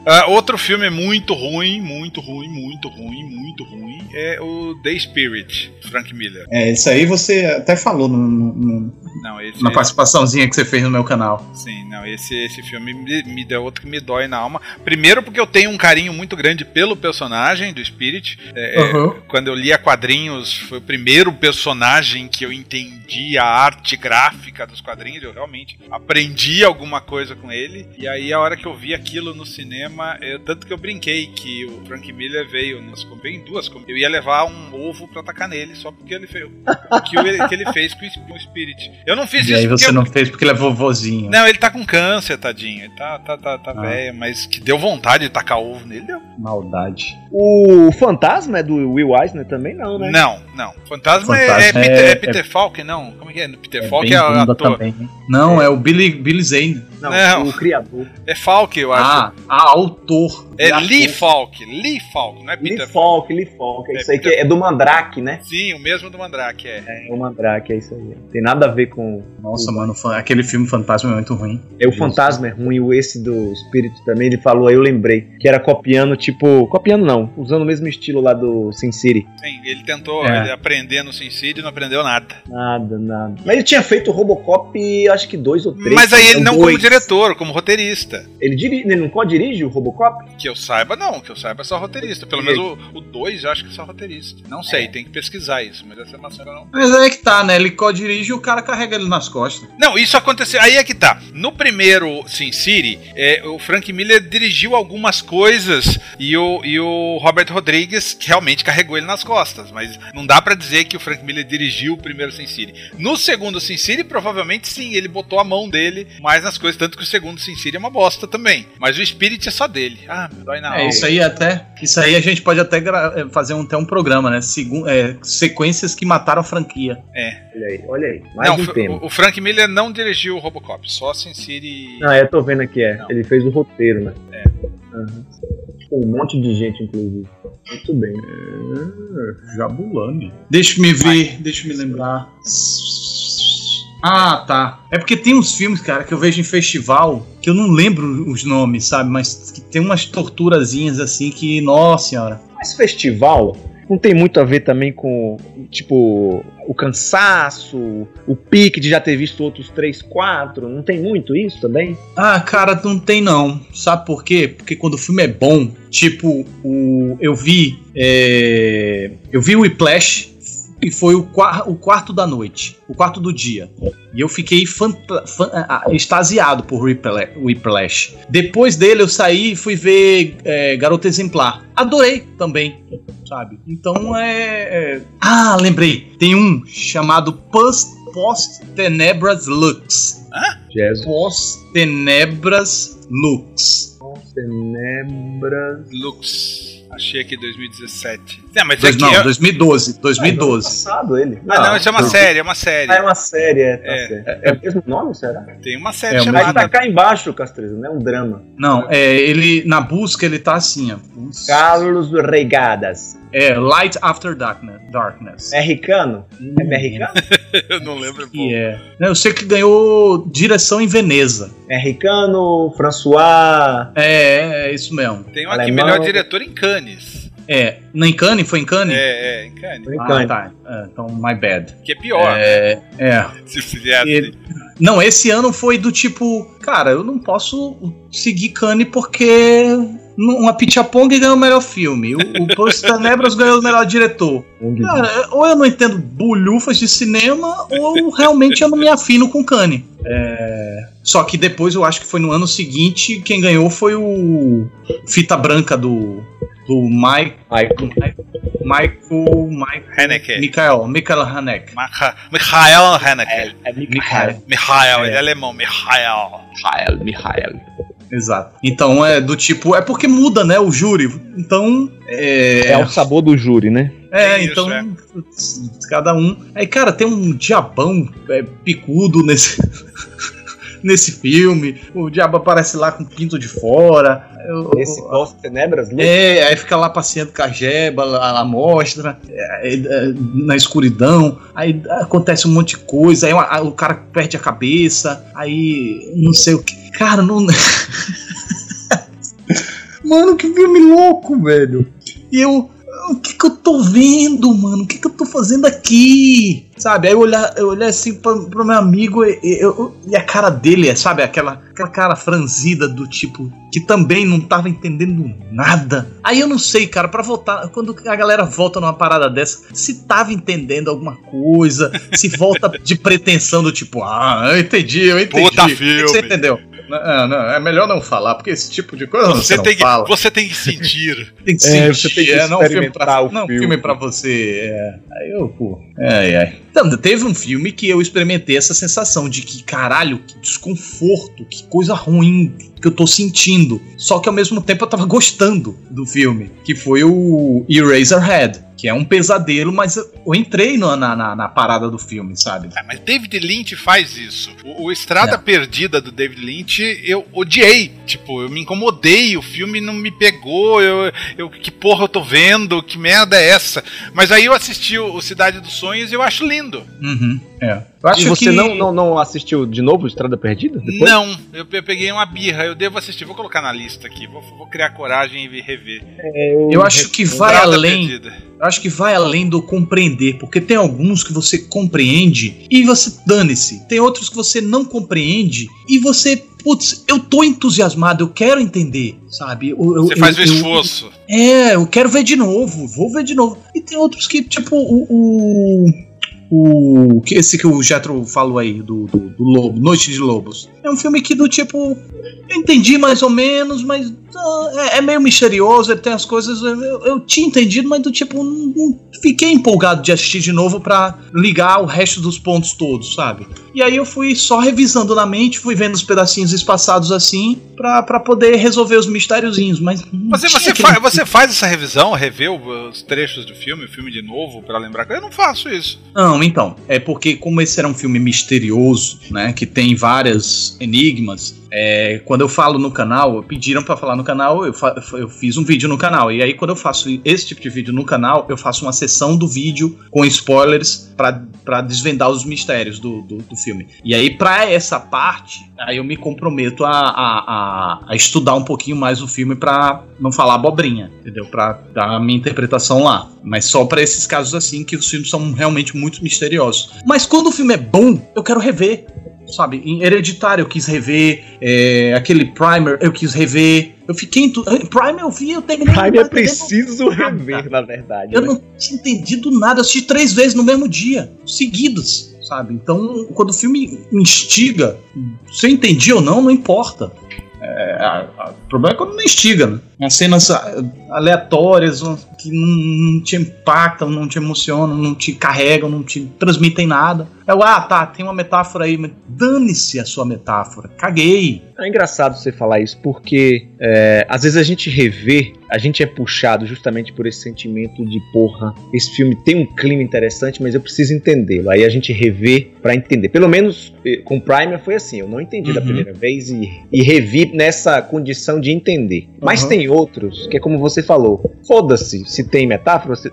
Ah, outro filme muito ruim, muito ruim, muito ruim, muito ruim é o The Spirit, Frank Miller.
É, isso aí você até falou no- no- no-
Não, esse,
na participaçãozinha que você fez no meu canal.
sim, não, esse, esse filme me, me deu outro que me dói na alma. Primeiro porque eu tenho um carinho muito grande pelo personagem do Spirit. É, é,
Uhum.
quando eu lia quadrinhos, foi o primeiro personagem que eu entendi a arte gráfica dos quadrinhos. Eu realmente aprendi alguma coisa com ele. E aí, a hora que eu vi aquilo no cinema, uma. eu- tanto que eu brinquei que o Frank Miller veio nas com- veio em duas. com- Eu ia levar um ovo pra atacar nele só porque ele fez. o que, o- que ele fez com o Sp- com o Spirit. Eu não fiz
E
isso
aí
porque
você
eu-
não fez porque ele é vovozinho.
Não, ele tá com câncer, tadinho. Ele tá, tá, tá, tá
Ah.
velho, mas que deu vontade de tacar ovo nele. Deu.
Maldade.
O fantasma é do Will Eisner também, não, né?
Não, não. Fantasma,
Fantasma
é, é Peter,
é-
é Peter Falk, não. Como é que é? Peter
É
Falk
bem
é, o
bunda
ator.
também. né? Não, é o Billy, Billy Zane.
Não,
Não.
o criador.
É Falk, eu acho.
Ah, ah, autor.
é
Ator.
Lee Falk. Lee Falk, não é Peter
Lee
Falk.
Falk, Lee Falk. É
É
isso aí que
Peter-
é do Mandrake, né?
Sim, o mesmo do Mandrake, é.
É o Mandrake, é isso aí. Tem nada a ver com.
Nossa, mano, fa- aquele filme Fantasma é muito ruim.
É o
Deus.
fantasma é ruim, o esse do espírito também, ele falou, aí eu lembrei, que era copiando, tipo, copiando não, usando o mesmo estilo lá do Sin City.
Sim, ele tentou
É.
ele aprender no Sin City e não aprendeu nada.
Nada, nada. Mas ele tinha feito o Robocop, acho que dois ou três.
Mas aí ele não como
dois.
diretor, como roteirista.
Ele, diri- ele não dirige o Robocop?
Que eu saiba, não. Que eu saiba é só roteirista. Pelo menos o- o 2 eu acho que é só roteirista. Não sei, tem que pesquisar isso, mas essa informação eu não
Mas aí é que tá, né? Ele co-dirige e o cara carrega ele nas costas.
Não, isso aconteceu. Aí é que tá. No primeiro Sin City, é, o Frank Miller dirigiu algumas coisas e o, e o Robert Rodrigues realmente carregou ele nas costas. Mas não dá pra dizer que o Frank Miller dirigiu o primeiro Sin City. No segundo Sin City, provavelmente sim, ele botou a mão dele mais nas coisas. Tanto que o segundo Sin City é uma bosta também. Mas o Spirit é só dele. Ah, me dói na alma.
É, isso aí até. Isso aí a gente pode até gra- eh, fazer um, até um programa, né? Segun- eh, sequências que mataram a franquia.
Olha aí, olha aí, mais
não,
um
o-
tema.
o Frank Miller não dirigiu o Robocop, só Sin City.
Ah, eu tô vendo aqui, é.
Não.
Ele fez o roteiro, né? É. Um monte de gente, inclusive. Muito bem.
Jabulani. Deixa eu me ver, deixa eu me lembrar. Ah, tá. É porque tem uns filmes, cara, que eu vejo em festival que eu não lembro os nomes, sabe? Mas que tem umas torturazinhas assim que, nossa senhora.
Mas festival não tem muito a ver também com, tipo, o cansaço, o pique de já ter visto outros três, quatro. Não tem muito isso também?
Ah, cara, não tem não. Sabe por quê? Porque quando o filme é bom, tipo, o eu vi, é, eu vi o Whiplash e foi o, quar- o quarto da noite, o quarto do dia. E eu fiquei fanta- fan- ah, ah, extasiado por Whipla- Whiplash. Depois dele eu saí e fui ver é, Garota Exemplar. Adorei também, sabe? Então é, é- Ah, lembrei. Tem um chamado Post, Post Tenebras Lux.
Jesus.
Pós Tenebras Lux.
Tenebras.
Lux. Achei aqui 2017. Não, mas
Dois-
aqui
não,
é-
2012.
Ah,
2012.
passado ele.
Ah, não, isso é uma
não.
série, é uma série.
Ah, é uma série, é. Tá
É.
certo. é o mesmo nome, será?
Tem uma série
É uma-
Mas tá
chamada.
cá embaixo, Castreza, né? Um drama.
Não, é, ele na busca ele tá assim, ó. Putz.
Carlos Regadas.
É Light After Darkness. Darkness. Hum,
É ricano? É americano?
Eu não lembro.
Que é. Né, Eu sei que ganhou direção em Veneza.
É ricano, François.
É, é, é isso mesmo.
Tem uma aqui,
Alemão.
melhor diretor em Cannes.
É, na em Cannes? Foi em Cannes?
É, é, em Cannes.
Ah,
Ricano.
tá. É, então, my bad.
Que é pior,
É, é.
se fizer assim.
Ele- Não, esse ano foi do tipo, cara, eu não posso seguir Cannes porque uma Pichapong ganhou o melhor filme, o, o Poço Tenebras ganhou o melhor diretor.
Onde-
Cara, ou eu não entendo bulhufas de cinema, ou realmente eu não me afino com Cane. Só que depois eu acho que foi no ano seguinte, quem ganhou foi o Fita Branca do, do Mike,
Ai,
Michael, Mike,
Haneke.
Michael, Michael Hanek.
Maca- Michael Haneke.
é Michael.
Michael, ele
É.
é alemão, Michael.
Michael, Michael.
Exato. Então é do tipo, é porque muda, né, o júri. Então
É o sabor do júri, né?
É,
É isso,
então.
é.
putz, Cada um. Aí, cara, tem um diabão é, picudo nesse. nesse filme. O diabo aparece lá com o pinto de fora. Eu-
Esse Golf Tenebras, né?
É, aí fica lá passeando com a jeba, a amostra, é, é, na escuridão, aí acontece um monte de coisa, aí, uma- aí o cara perde a cabeça, aí não sei o que. Cara, não. mano, que filme louco, velho. E eu. O que que eu tô vendo, mano? O que que eu tô fazendo aqui? Sabe? Aí eu olhar, eu olhar assim pra- pro meu amigo e, e- eu- e a cara dele, é, sabe? Aquela, aquela cara franzida do tipo que também não tava entendendo nada. Aí eu não sei, cara, pra voltar, quando a galera volta numa parada dessa, se tava entendendo alguma coisa, se volta de pretensão do tipo, ah, eu entendi, eu entendi.
Puta
O que que Você
filme.
entendeu? Não, não, é melhor não falar, porque esse tipo de coisa você,
Você
não
tem, que,
fala.
você tem que sentir.
Tem que
É,
sentir,
você tem que
é, não, filme
experimentar
pra,
o
não,
filme.
filme pra você. É. Aí eu, pô. Ai, ai. Então, teve um filme que eu experimentei essa sensação de que, caralho, que desconforto, que coisa ruim que eu tô sentindo. Só que ao mesmo tempo eu tava gostando do filme, que foi o Eraserhead, que é um pesadelo, mas eu entrei na, na, na- na parada do filme, sabe?
Ah, mas David Lynch faz isso. O, o Estrada
É.
Perdida do David Lynch eu odiei. Tipo, eu me incomodei, o filme não me pegou. Eu, eu- que porra eu tô vendo? Que merda é essa? Mas aí eu assisti o, o Cidade dos Sonhos e eu acho lindo.
Uhum, é. Eu
E você não, não, não assistiu de novo Estrada Perdida? Depois?
Não, eu, eu peguei uma birra, eu devo assistir, vou colocar na lista aqui, vou, vou criar coragem e rever.
Eu acho que vai
Estrada
além.
Perdida.
Eu acho que vai além do compreender, porque tem alguns que você compreende e você dane-se. Tem outros que você não compreende e você, putz, eu tô entusiasmado, eu quero entender, sabe? Eu- eu-
Você faz o
eu- eu-
esforço.
é, eu quero ver de novo, vou ver de novo. E tem outros que, tipo, o. o... O. que- Esse que o Jetro falou aí, do, do, do Lobo, Noite de Lobos. É um filme que, do tipo. Eu entendi mais ou menos, mas. ah, é, é meio misterioso, ele tem as coisas. Eu, eu- eu tinha entendido, mas do tipo. Não, não fiquei empolgado de assistir de novo pra ligar o resto dos pontos todos, sabe? E aí eu fui só revisando na mente, fui vendo os pedacinhos espaçados assim, pra, pra poder resolver os mistériozinhos, mas. não
Mas Você,
tinha
você,
aquele-
fa- você faz essa revisão, revê o- os trechos do filme, o filme de novo, pra lembrar. Eu não faço isso.
Não, então, é porque como esse era um filme misterioso, né, que tem várias enigmas, é, quando eu falo no canal, pediram pra falar no canal, eu, fa- eu fiz um vídeo no canal, e aí quando eu faço esse tipo de vídeo no canal, eu faço uma sessão do vídeo com spoilers pra pra desvendar os mistérios do, do, do filme. E aí pra essa parte, aí eu me comprometo a, a, a, a estudar um pouquinho mais o filme pra não falar abobrinha, entendeu? Pra dar a minha interpretação lá. Mas só pra esses casos assim que os filmes são realmente muito misteriosos. Mas quando o filme é bom, eu quero rever. Sabe, em Hereditário eu quis rever, é, aquele Primer eu quis rever. Eu fiquei. Entu... Primer eu vi, eu terminei.
Time
eu
é
não-
preciso rever, na verdade.
eu
né?
não tinha entendido nada. Eu assisti três vezes no mesmo dia, seguidas, sabe? Então, quando o filme instiga, se eu entendi ou não, não importa. É, a- a- o problema é quando não instiga, né? As cenas ah, aleatórias um, que não, não te impactam, não te emocionam, não te carregam, não te transmitem nada. É, o, ah, tá, tem uma metáfora aí, mas dane-se a sua metáfora. Caguei.
É engraçado você falar isso, porque é, às vezes a gente revê, a gente é puxado justamente por esse sentimento de porra, esse filme tem um clima interessante, mas eu preciso entendê-lo. Aí a gente revê pra entender. Pelo menos eh, com Primer foi assim, eu não entendi da
Uhum.
primeira vez e, e revi nessa condição de entender. Mas
Uhum.
tem outros que é como você falou, foda-se se tem metáfora, se-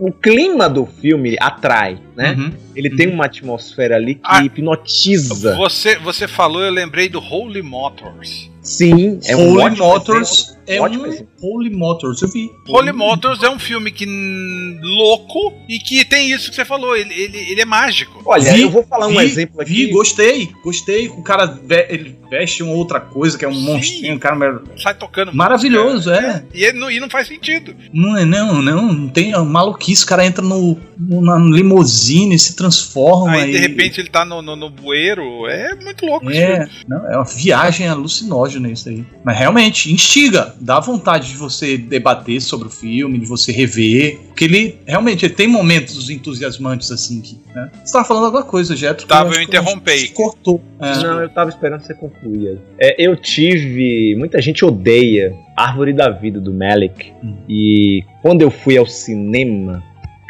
o clima do filme atrai, né?
Uhum.
Ele tem uma atmosfera ali que
Ah,
hipnotiza.
Você, você falou, eu lembrei do Holy Motors.
Sim, é um
Holy
ótimo exemplo.
Motors é
Ótimo
um
exemplo.
Holy Motors, eu vi.
Holy Motors é um filme que hum, louco e que tem isso que você falou, ele, ele, ele é mágico.
Olha,
Vi,
eu vou falar um
vi,
é
exemplo aqui.
Vi, gostei, gostei. O cara ve- ele veste uma outra coisa, que é um
Sim.
monstrinho, o cara mar-
Sai tocando.
maravilhoso, é.
E, ele não, e não faz sentido.
Não, é- não, não, não tem é maluquice. O cara entra no, no- na limousine, se transforma.
Aí de
e-
repente ele tá no, no, no bueiro. É muito louco isso.
É, não, é uma viagem alucinógena isso aí. Mas realmente, instiga. Dá vontade de você debater sobre o filme, de você rever. Porque ele, realmente, ele tem momentos entusiasmantes assim. Que, né? Você tava falando alguma coisa, Jetro? que
Tava,
acho
Tá, eu
que
interrompei.
Cortou. É.
Não, eu tava esperando você concluir. É, eu tive. Muita gente odeia Árvore da Vida do Malik.
Hum.
E quando eu fui ao cinema,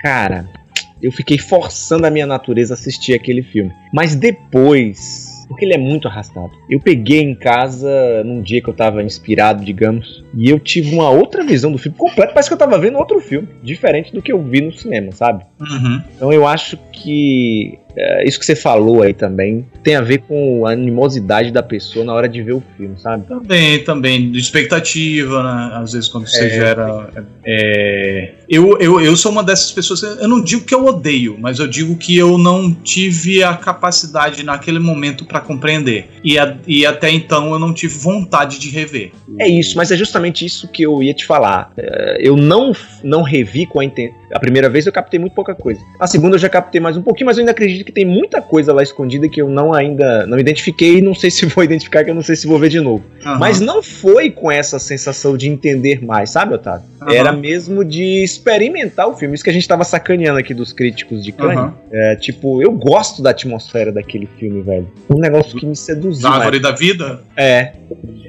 cara, eu fiquei forçando a minha natureza a assistir aquele filme. Mas depois. Porque ele é muito arrastado. Eu peguei em casa num dia que eu tava inspirado, digamos, e eu tive uma outra visão do filme completo. Parece que eu tava vendo outro filme, diferente do que eu vi no cinema, sabe?
Uhum.
Então eu acho que é, isso que você falou aí também tem a ver com a animosidade da pessoa na hora de ver o filme, sabe?
Também, também, de expectativa, né? Às vezes quando você gera. é, Eu, eu, eu sou uma dessas pessoas. que- Eu não digo que eu odeio, mas eu digo que eu não tive a capacidade naquele momento pra compreender. E, a- e até então eu não tive vontade de rever.
Eh, É isso, mas é justamente isso que eu ia te falar. É, eu não, não revi com a, inten- A primeira vez eu captei muito pouca coisa. A segunda eu já captei mais um pouquinho, mas eu ainda acredito que tem muita coisa lá escondida que eu não ainda não identifiquei e não sei se vou identificar, que eu não sei se vou ver de novo.
Aham.
Mas não foi com essa sensação de entender mais, sabe, Otávio?
Aham.
Era mesmo de experimentar o filme. Isso que a gente tava sacaneando aqui dos críticos de Kanye.
Aham.
É, tipo, eu gosto da atmosfera daquele filme, velho. Um negócio que me seduziu.
Da
né?
árvore da vida?
É.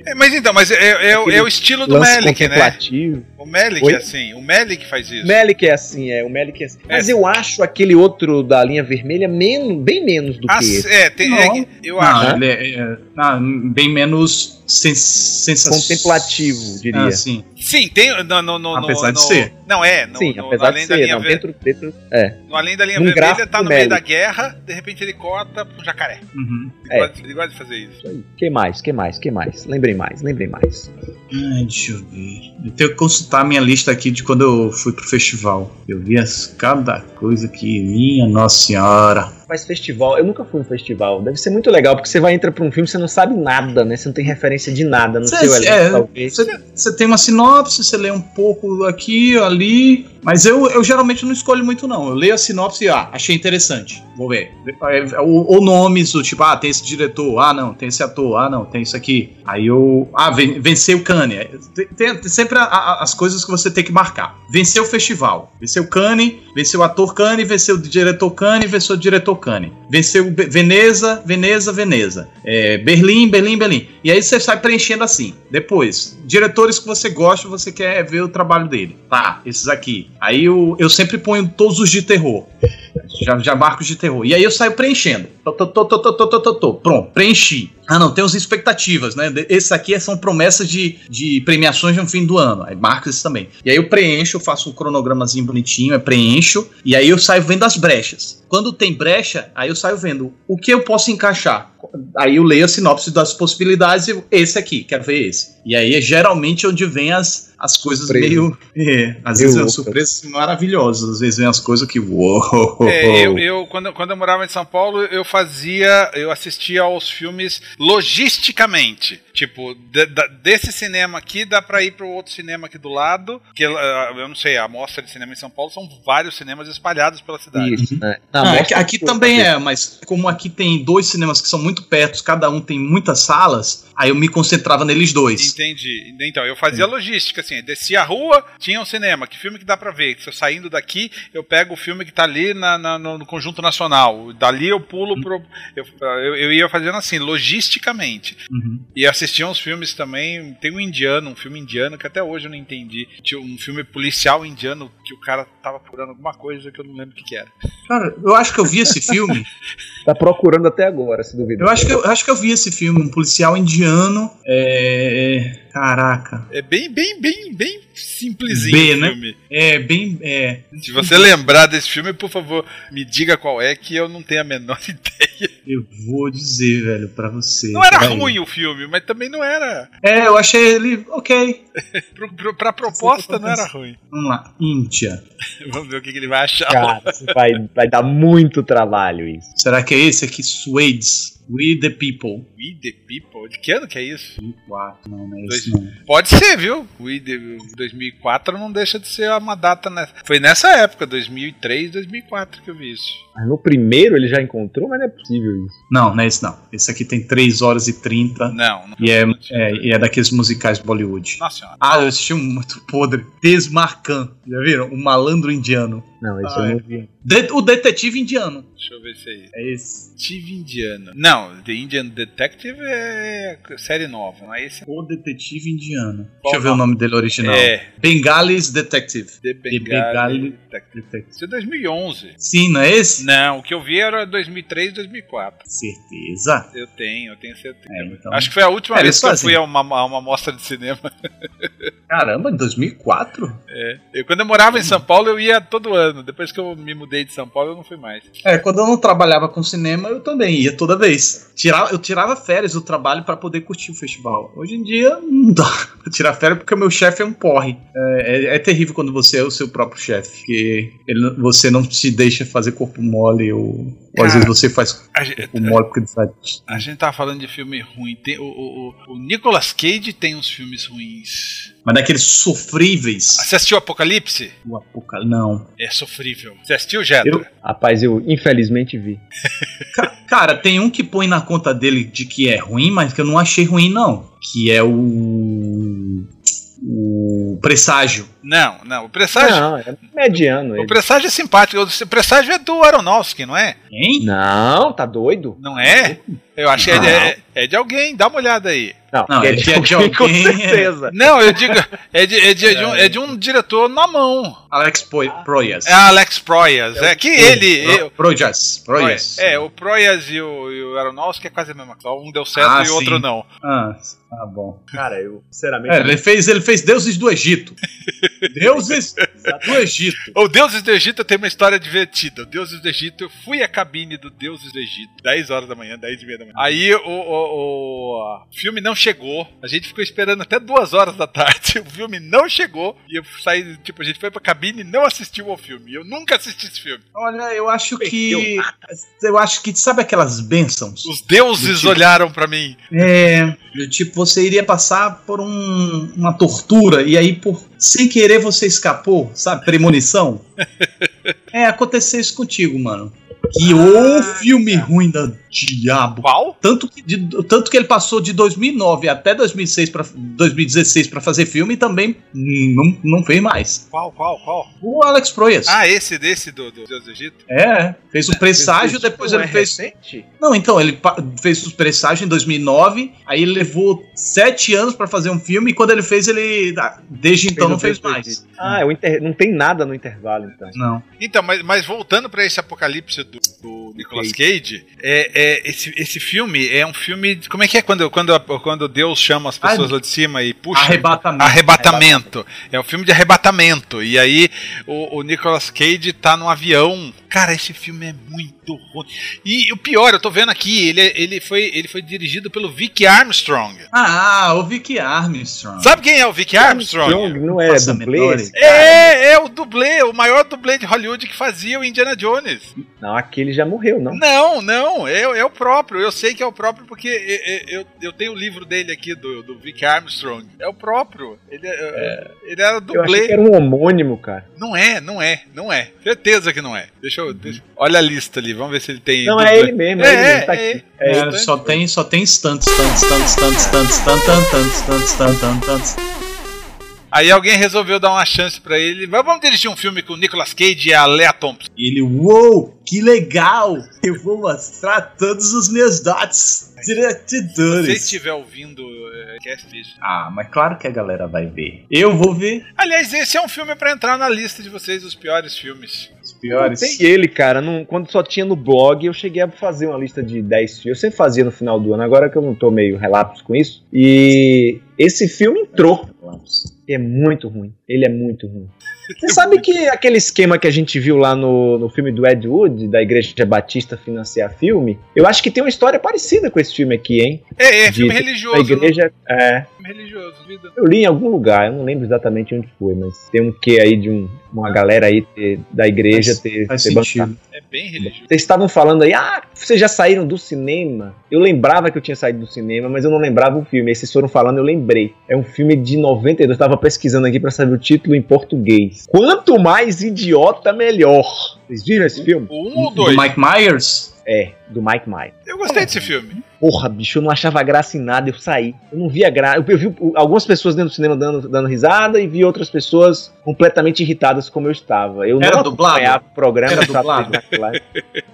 É, mas então, mas é, é- é o- é o estilo do
lance
Melick, né?
contemplativo.
O Melick
Oi?
é assim, o Melick faz isso.
Melick é assim, é. O Melick é assim. Mas eu acho aquele outro da linha vermelha men- bem menos do
Ah,
que esse.
é, tem, é que- eu acho.
Não, ele é, é- ah, bem menos sens sensacional.
Contemplativo, diria.
Ah, sim.
Sim, tem. No, no, no,
Apesar
no-
de ser.
Não, é. No,
Sim,
no-
apesar
além
de
da
ser.
linha,
Não,
ver-
dentro, dentro- é.
no além da linha
num
vermelha,
gráfico
tá no meio
Melick.
da guerra, de repente ele corta pro jacaré.
Uhum.
Ele,
É.
gosta, ele gosta de fazer isso.
Isso aí. Que mais? Que mais? Que mais? Lembrei mais, lembrei mais.
Ai, deixa eu ver. Eu tenho que consultar a minha lista aqui de quando eu fui pro festival. Eu vi as- cada coisa que minha Nossa Senhora.
Faz festival, eu nunca fui em festival. Deve ser muito legal, porque você vai entrar pra um filme e você não sabe nada, né? Você não tem referência de nada, não
Cê-
sei o elenco,
é,
talvez.
Você você tem uma sinopse, você lê um pouco aqui, ali. Mas eu, eu geralmente não escolho muito, não. Eu leio a sinopse e, ah, achei interessante. Vou ver. É, é, Ou, ou nomes, do tipo, ah, tem esse diretor, ah, não, tem esse ator, ah, não, tem isso aqui. Aí eu. Ah, ven- venceu o Cane. Tem, tem sempre a- a- as coisas que você tem que marcar. Venceu o festival. Venceu o Cane, venceu o ator Cane, venceu o diretor Cane, venceu o diretor Cane. Venceu Be- Veneza, Veneza, Veneza. É, Berlim, Berlim, Berlim. E aí você sai preenchendo assim. Depois, diretores que você gosta, você quer ver o trabalho dele. Tá, esses aqui. Aí eu, eu sempre ponho todos os de terror. Já, já marco os de terror. E aí eu saio preenchendo. Tô, tô, tô, tô, tô, tô, tô, tô, tô. Pronto, preenchi. Ah, não, tem os expectativas, né? De- Esses aqui são promessas de, de premiações no fim do ano. Aí marco esses também. E aí eu preencho, eu faço um cronogramazinho bonitinho, eu preencho. E aí eu saio vendo as brechas. Quando tem brecha, aí eu saio vendo o que eu posso encaixar. Aí eu leio a sinopse das possibilidades e eu- esse aqui, quero ver esse. E aí é geralmente onde vem as, as coisas
Surpresa.
meio. É, às vezes
Meio
é
louca.
surpresas maravilhosas, às vezes vem as coisas que. Uou!
Uhum.
É, eu, eu- quando, quando eu morava em São Paulo, eu fazia, eu assistia aos filmes logisticamente. Tipo, de- da- desse cinema aqui dá pra ir pro outro cinema aqui do lado. Que ah, eu não sei, a mostra de cinema em São Paulo são vários cinemas espalhados pela cidade.
Isso, né? Na
Ah,
mostra tá
aqui, aqui
foi
também
fazer.
é, mas como aqui tem dois cinemas que são muito perto, cada um tem muitas salas, aí eu me concentrava neles dois.
Entendi. Então, eu fazia logística, assim, descia a rua, tinha um cinema, que filme que dá pra ver? Se eu saindo daqui, eu pego o filme que tá ali na- na- no no conjunto nacional. Dali eu pulo pro. Eu, eu, eu ia fazendo assim, logisticamente.
Uhum.
E assistia uns filmes também. Tem um indiano, um filme indiano que até hoje eu não entendi. Tinha um filme policial indiano que o cara tava procurando alguma coisa que eu não lembro o que, que era.
Cara, eu acho que eu vi esse filme.
Tá procurando até agora, se duvidar.
Eu acho que eu, eu acho que eu vi esse filme, um policial indiano. É. Caraca.
É bem, bem, bem, bem simplesinho
Bem,
o
né?
filme.
É bem. É,
Se você lembrar desse filme, por favor, me diga qual é, que eu não tenho a menor ideia.
eu vou dizer, velho, pra você.
Não era
Peraí.
ruim o filme, mas também não era.
É, eu achei ele. Ok.
Pro, pro, pra proposta não era ruim.
Vamos lá. Índia.
Vamos ver o que, que ele vai achar.
Cara, isso vai, vai dar muito trabalho isso.
Será que é esse aqui? Suedes. We the People.
We the People? De que ano que é isso?
2004, não, não é
Dois-
esse não.
Pode ser, viu? We the 2004 não deixa de ser uma data nessa. Foi nessa época, 2003, 2004 que eu vi isso.
Mas no primeiro ele já encontrou, mas não é possível isso.
Não, não é esse não. Esse aqui tem 3 horas e 30.
Não. não
E é, é, e é daqueles musicais Bollywood.
Nossa senhora.
Ah, eu assisti um muito podre. Desmarcan. Já viram? O malandro indiano.
Não, esse
Ah,
eu
é.
não vi.
De- o detetive indiano.
Deixa eu ver se é isso.
É esse.
Detetive Indiano. Não, The Indian Detective é série nova, não é esse?
O detetive indiano.
Qual
Deixa eu ver o
nome?
nome dele original.
É,
Bengalis Detective.
The
Bengali
Bengali Detective.
Detective.
Isso é 2011.
Sim, não é esse?
Não, o que eu vi era 2003, 2004.
Certeza.
Eu tenho, eu tenho certeza.
É, então-
Acho que foi a última
É,
vez
eles
que eu
fazem.
fui a uma, a uma mostra de cinema.
Caramba, em 2004?
Eu, quando eu morava em São Paulo, eu ia todo ano. Depois que eu me mudei de São Paulo, eu não fui mais.
É, quando eu não trabalhava com cinema, eu também ia toda vez. Tirava, eu tirava férias do trabalho pra poder curtir o festival. Hoje em dia, não dá pra tirar férias porque o meu chefe é um porre. É, é- é terrível quando você é o seu próprio chefe, porque ele não- você não se deixa fazer corpo mole ou Ou às
Cara.
vezes você faz
A gente,
o mole porque ele faz.
a gente tava falando de filme ruim. Tem- o, o, o- o Nicolas Cage tem uns filmes ruins.
Mas daqueles sofríveis.
Você assistiu Apocalipse?
O apocal- Não.
É sofrível. Você assistiu, Jetra?
Eu-
Rapaz, eu infelizmente vi.
Ca- Cara, tem um que põe na conta dele de que é ruim, mas que eu não achei ruim, não. Que é o. O Presságio.
Não, não. O
Tá,
Presságio,
Não, é mediano
o
ele.
presságio é simpático. O Presságio é do Aronofsky, não é?
Hein?
Não, tá doido?
Não é? Eu acho que é, de-
Não.
é- é de alguém. Dá uma olhada aí.
Não,
Não, é que é de
com
alguém, é.
certeza.
Não, eu digo. É de, é de- é de um, é de um diretor na mão.
Alex Poi- Proyas.
É Alex Proyas. É que ele. eu-
Pro- Proyas. Proyas.
É, o Proyas e o, e o Aronofsky é quase a mesma coisa. Um deu certo
Ah,
e o outro
sim.
não.
Ah, tá bom.
Cara, eu,
É,
sinceramente,
ele, fez, ele fez Deuses do Egito. Deuses do Egito.
O Deuses do Egito tem uma história divertida. O Deuses do Egito, eu fui à cabine do Deuses do Egito, 10 horas da manhã, 10 e meia da manhã. Aí o, o- o- a- o filme não chegou, a gente ficou esperando até 2 horas da tarde. O filme não chegou e eu saí, tipo, a gente foi pra cabine e não assistiu ao filme. Eu nunca assisti esse filme.
Olha, eu acho que. Eu acho que. Sabe aquelas bênçãos?
Os deuses
Mentira.
olharam pra mim.
É, do tipo, você iria passar por um- uma tortura e aí, por sem querer, você escapou, sabe? Premonição. é, aconteceu isso contigo, mano.
Ah,
Que o
é.
filme ruim da diabo.
Qual?
Tanto que, de- tanto que ele passou de 2009 até 2006 pra, 2016 pra fazer filme e também hum, não, não fez mais.
Qual, qual, qual?
O Alex Proyas.
Ah, esse desse do, do Deuses do Egito?
É, fez o presságio, depois ele
é
fez
recente?
não, então, ele pa- fez os presságios em 2009, aí ele levou sete anos pra fazer um filme, e quando ele fez, ele. ah, Desde então
o
não fez
Deus do
mais.
Egito. um Ah, é o inter- não tem nada no intervalo, então.
Não.
Então, mas, mas voltando pra esse apocalipse do, do Nicolas Cage, é, é, esse, esse filme é um filme. de- Como é que é quando, quando, quando Deus chama as pessoas lá de cima e puxa?
Arrebatamento.
Arrebatamento. É um filme de arrebatamento. E aí o, o Nicolas Cage tá num avião. Cara, esse filme é muito ruim. E, o pior, eu tô vendo aqui, ele, ele, foi, ele foi dirigido pelo Vic Armstrong.
Ah, o Vicky Armstrong.
Sabe quem é o Vic Armstrong?
Strong não é
Nossa, menor,
dublê?
hein?
É, é o dublê, o maior dublê de Hollywood que fazia o Indiana Jones.
Não, aquele já morreu, não.
Não, não, é, é o próprio. Eu sei que é o próprio porque é- é- eu, eu tenho o livro dele aqui, do, do Vic Armstrong. É o próprio. Ele, é- ele era
Eu achei
dublê.
que era um homônimo, cara.
Não é, não é, não é. Certeza que não é. Deixa eu. deixa- Olha a lista ali, vamos ver se ele tem.
Não,
dublê.
é ele mesmo, é, ele mesmo, tá
é,
aqui.
É,
É,
Stunt.
só tem, só tem stunt, stunt, stunt, stunt, stunt, stunt, stunt, stunt, stunt, stunt, stunt, stunt.
Aí alguém resolveu dar uma chance pra ele. Mas vamos dirigir um filme com o Nicolas Cage e a Lea Thompson.
E ele, uou, que legal! Eu vou mostrar todos os meus dots
Se você
diretores.
estiver ouvindo, é, cast isso.
Ah, mas claro que a galera vai ver. Eu vou ver
Aliás, esse é um filme pra entrar na lista de vocês, os piores filmes.
os
Não
piores.
tem ele, cara. Não- quando só tinha no blog, eu cheguei a fazer uma lista de 10 filmes. Eu sempre fazia no final do ano, agora que eu não tô meio relapso com isso. E esse filme entrou. É muito ruim. Ele é muito ruim.
É
Você sabe que aquele esquema que a gente viu lá no, no filme do Ed Wood, da Igreja Batista financiar filme, eu acho que tem uma história parecida com esse filme aqui, hein?
É, é filme
Dito.
religioso.
A
né?
igreja. É.
não- Filme religioso, vida.
Eu li em algum lugar, eu não lembro exatamente onde foi, mas tem um quê aí de um- uma galera aí ter- da igreja
Faz-
ter,
Faz
ter bancado.
sentido.
É bem religioso.
Vocês estavam falando aí, ah, vocês já saíram do cinema. Eu lembrava que eu tinha saído do cinema, mas eu não lembrava o filme. Aí vocês foram falando, eu lembrei. É um filme de 92, eu tava pesquisando aqui pra saber o título em português. Quanto mais idiota, melhor. Vocês viram esse filme?
O 1 ou
Do
2?
Mike Myers?
É, do Mike Myers.
Eu gostei desse filme.
Porra, bicho, eu não achava graça em nada, eu saí. Eu não via graça. Eu, eu vi uh, algumas pessoas dentro do cinema dando, dando risada e vi outras pessoas completamente irritadas como eu estava. Eu
Era
não
dublado?
acompanhava o programa.
Era
sabe,
dublado?
naquela-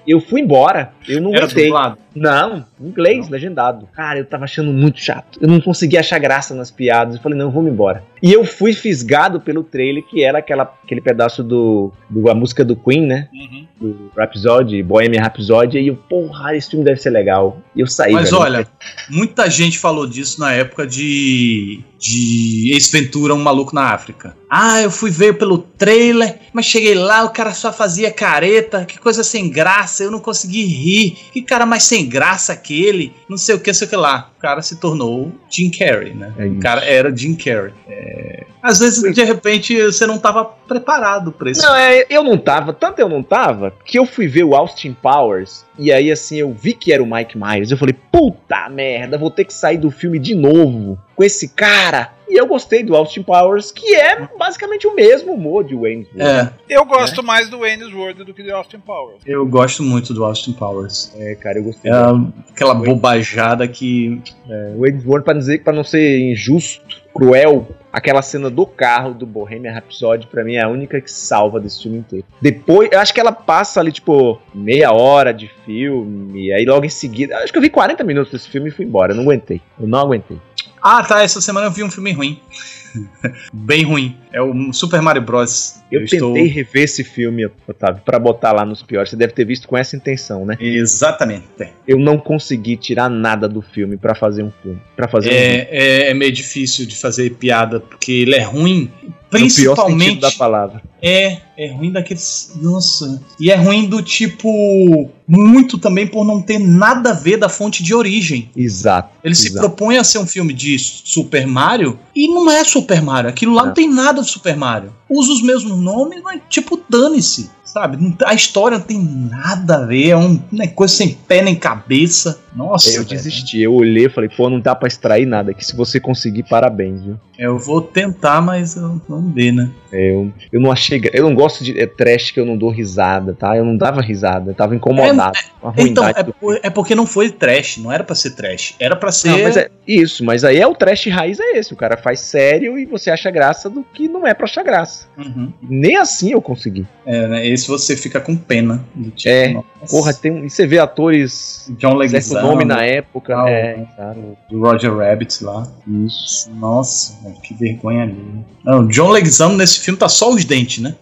Eu fui embora, eu não
Era
aguentei.
dublado?
Não, em inglês, legendado. Cara, eu tava achando muito chato. Eu não conseguia achar graça nas piadas. Eu falei, não, vamos embora. E eu fui fisgado pelo trailer, que era aquela, aquele pedaço do, do. a música do Queen, né? Do Rhapsody, Bohemian Rhapsody. E eu, porra, esse filme deve ser legal. E eu saí.
Mas
velho.
olha, muita gente falou disso na época de de Ace Ventura, um maluco na África. Ah, eu fui ver pelo trailer, mas cheguei lá, o cara só fazia careta, que coisa sem graça, eu não consegui rir, que cara mais sem graça aquele, não sei o que, sei o que lá. O cara se tornou Jim Carrey, né?
É
O
isso.
cara era Jim Carrey. É, Às vezes, de repente, você não tava preparado pra isso.
Não, é, eu não tava, tanto eu não tava, que eu fui ver o Austin Powers e aí assim eu vi que era o Mike Myers. Eu falei, puta merda, vou ter que sair do filme de novo com esse cara. E eu gostei do Austin Powers, que é basicamente o mesmo humor de Wayne.
É,
Eu gosto mais do Wayne's World do que do Austin Powers.
eu gosto muito do Austin Powers.
É, cara, eu gostei.
É aquela bobajada que.
O Wayne's World, pra, dizer, pra não ser injusto, cruel, aquela cena do carro do Bohemian Rhapsody, pra mim, é a única que salva desse filme inteiro. Depois, eu acho que ela passa ali, tipo, meia hora de filme, aí logo em seguida, acho que eu vi 40 minutos desse filme e fui embora, eu não aguentei, eu não aguentei.
Ah, tá, essa semana eu vi um filme ruim. Bem ruim. É o Super Mario Bros.
Eu, tentei rever esse filme, Otávio, pra botar lá nos piores, você deve ter visto com essa intenção, né?
Exatamente.
Eu não consegui tirar nada do filme pra fazer um filme, pra fazer um filme.
É, é, é meio difícil de fazer piada, porque ele é ruim,
No pior sentido
principalmente.
da palavra.
É, é ruim daqueles. Nossa. E é ruim do tipo. Muito também por não ter nada a ver da fonte de origem.
Exato.
Ele se
exato.
propõe a ser um filme de Super Mario e não é Super Mario. Aquilo lá não,
Não.
tem nada de Super Mario. Usa os mesmos nomes, mas tipo, dane-se, sabe? Não- A história não tem nada a ver, é um, né, coisa sem pé nem cabeça. Nossa,
Eu
velho.
desisti, eu olhei e falei, pô, não dá pra extrair nada aqui. Se você conseguir, parabéns, viu?
Eu vou tentar, mas eu- vamos ver, né?
Eu, eu não achei. gra- Eu não gosto de é, trash que eu não dou risada, tá? Eu não dava risada, eu tava incomodado com a
Então,
ruindade
é,
do
por-
filme.
é porque não foi trash, não era pra ser trash. Era pra ser.
Não, mas é, isso, mas aí é o trash raiz, é esse. O cara faz sério e você acha graça do que não é pra achar graça.
Uhum.
Nem assim eu consegui.
É, né? Esse você fica com pena. do tipo,
É.
nossa, é
Porra, tem um, e você vê atores.
John
Certo
Leguizamo,
nome na época.
né? tal,
é,
né?
exato.
do Roger Rabbit lá.
Isso.
Nossa, velho, que vergonha ali. Não, John Leguizamo nesse filme tá só os dentes, né?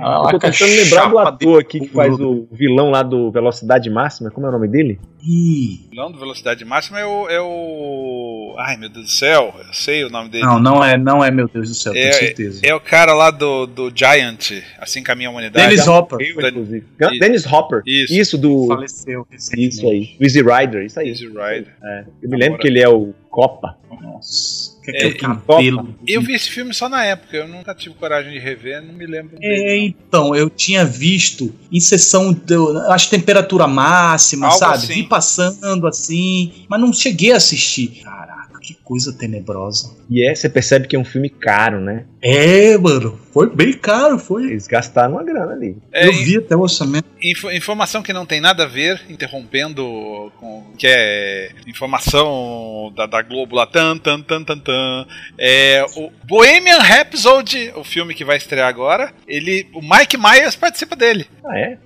Ah,
Eu tô tentando lembrar do ator aqui que faz o vilão lá do Velocidade Máxima. Como é o nome dele?
O vilão do Velocidade Máxima é o, é o. Ai meu Deus do céu, eu sei o nome dele.
Não, não é, não é, meu Deus do céu,
É,
tenho certeza.
É o cara lá do, do Giant, assim caminha a humanidade.
Dennis
é
Hopper.
Dan-
inclusive.
Isso.
Dennis Hopper.
Isso.
Isso do.
Faleceu recentemente.
Isso aí. Do Easy Rider, isso aí.
Easy Rider.
Eu me lembro que ele é o Copa.
Nossa, que
É,
aquele
e-
cabelo.
Eu vi esse filme só na época, eu nunca tive coragem de rever, não me lembro. dele.
É, então, eu tinha visto em sessão, de- eu acho que temperatura máxima,
Algo
sabe?
assim.
Vi passando assim, mas não cheguei a assistir. Caraca, que coisa tenebrosa.
E é, você percebe que é um filme caro, né?
É, mano, foi bem caro, foi.
Eles gastaram uma grana ali.
É,
eu
e-
vi até o orçamento.
Info- informação que não tem nada a ver, interrompendo com que é informação da, da Globo lá, tan, tan, tan, tan, tan. É, o Bohemian Rhapsody, o filme que vai estrear agora, ele, o Mike Myers participa dele.
Ah, é?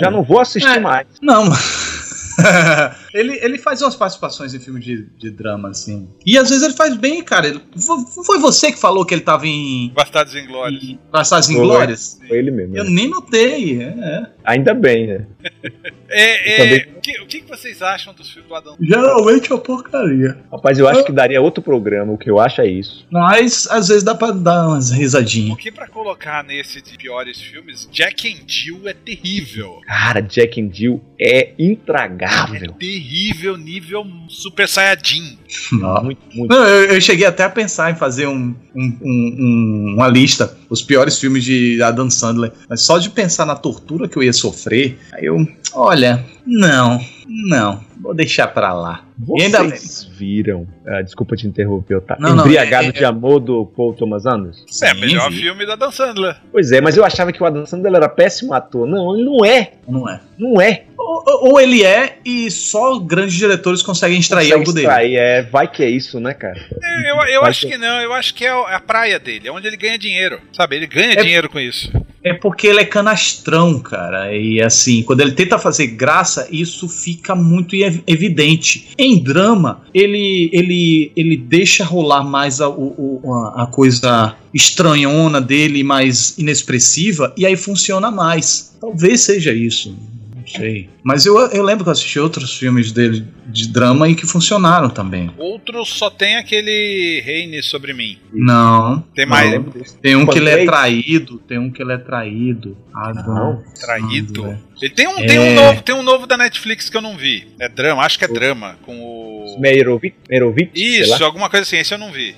Já não vou assistir
É.
mais.
Não. ele, ele faz umas participações em filme de, de drama, assim. E às vezes ele faz bem, cara. Ele- fo- foi você que falou que ele tava em.
Bastardos Inglórios.
em Passagens
Foi.
Inglórias?
Foi ele mesmo. né?
Eu nem notei. é, é.
Ainda bem, né?
É, é,
também-
o que, o que que vocês acham dos filmes do Adam?
Geralmente é uma porcaria.
Rapaz, eu acho que daria outro programa. O que eu acho é isso.
Mas às vezes dá pra dar umas
O
risadinhas.
que pra colocar nesse de piores filmes, Jack and Jill é terrível.
Cara, Jack and Jill é
É
intragável.
terrível nível Super Saiyajin.
Não.
Muito, muito.
Não, eu, eu cheguei até a pensar em fazer um, um- um- um- uma lista, os piores filmes de Adam Sandler. Mas só de pensar na tortura que eu ia sofrer, aí eu, olha, não, não, vou deixar pra lá. E ainda
Vocês viram. Ah, desculpa te interromper, tá?
Não, não,
Embriagado
é- é-
de amor do Paul Thomas Anderson?
é
Sim,
melhor
vi.
filme da Adam Sandler.
Pois é, mas eu achava que o Adam Sandler era péssimo ator. Não, ele não é.
Não é.
Não é.
Ou, ou- ou ele é e só grandes diretores conseguem extrair
Consegue
algo dele.
extrair, É, vai que é isso, né, cara?
É, Eu, eu
Vai
acho
ser.
que não, eu acho que é a praia dele, é onde ele ganha dinheiro, sabe? Ele ganha
É-
dinheiro com isso.
É porque ele é canastrão, cara. E assim, quando ele tenta fazer graça, isso fica muito ev- evidente. Em drama, ele ele, ele deixa rolar mais a, o- o- a- a coisa estranhona dele, mais inexpressiva, e aí funciona mais. Talvez seja isso. Não sei. Mas eu, eu lembro que eu assisti outros filmes dele de drama e que funcionaram também.
Outro só tem aquele Reine sobre mim.
Não.
Tem
Eu
mais
lembro desse.
Tem um que ele é
Panqueiro?
traído, tem um que ele é traído. Ah, não.
traído.
Ah,
Ele tem um, tem, um
É.
novo, tem um novo da Netflix que eu não vi. É drama, acho que é drama. Com o.
Meirovic? Meirovic? sei lá.
Isso, alguma coisa assim, esse eu não vi.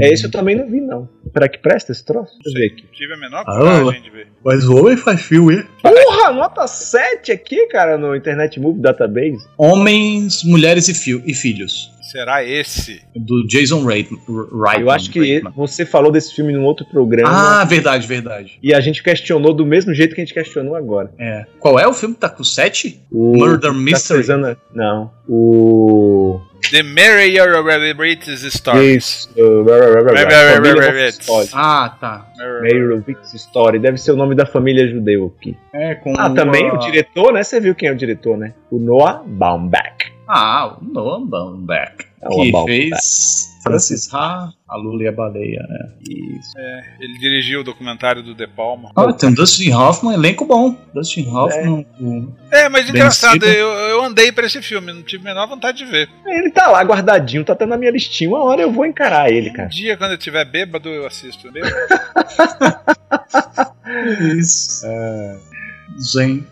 É esse eu também não vi, não. Será que presta esse troço? Deixa eu ver aqui.
Tive a menor
Ah,
coragem de ver.
Mas o homem faz filme, hein?
Porra, nota 7 aqui, cara, no Internet Movie Database.
Homens, Mulheres e, Fio- e Filhos.
Será esse?
Do Jason Reitman. Reitman,
eu acho que é um
Reitman.
você falou desse filme num outro programa.
Ah, verdade, verdade.
E a gente questionou do mesmo jeito que a gente questionou agora.
É. Qual é o filme que tá com 7?
O
Murder
tá
Mystery?
precisando- Não. O.
The Merrier Rabbit's Story.
Isso. uh, rá, rá, rá, rá, rá,
Rá, rá, rá, rá,
Família
rá,
Story.
Ah, tá.
Meyerowitz Story. Deve ser o nome da família judeu aqui.
É, com
Ah, também
a-
o diretor, né? Você viu quem é o diretor, né? O Noah Baumbach.
Ah, o Noah Baumbach.
É o
que
Baumbach.
fez Francis Ha, A Lula e a Baleia, né?
Isso.
Ele dirigiu o documentário do De Palma.
Ah, tem o Dustin Hoffman, elenco bom. Dustin Hoffman. o-
É, mas
Ben
engraçado,
Stiller.
eu, eu andei pra esse filme, não tive a menor vontade de ver.
Ele tá lá guardadinho, tá até na minha listinha. Uma hora eu vou encarar ele,
Um
cara.
dia, quando eu tiver bêbado, eu assisto. entendeu?
Isso. É. Gente,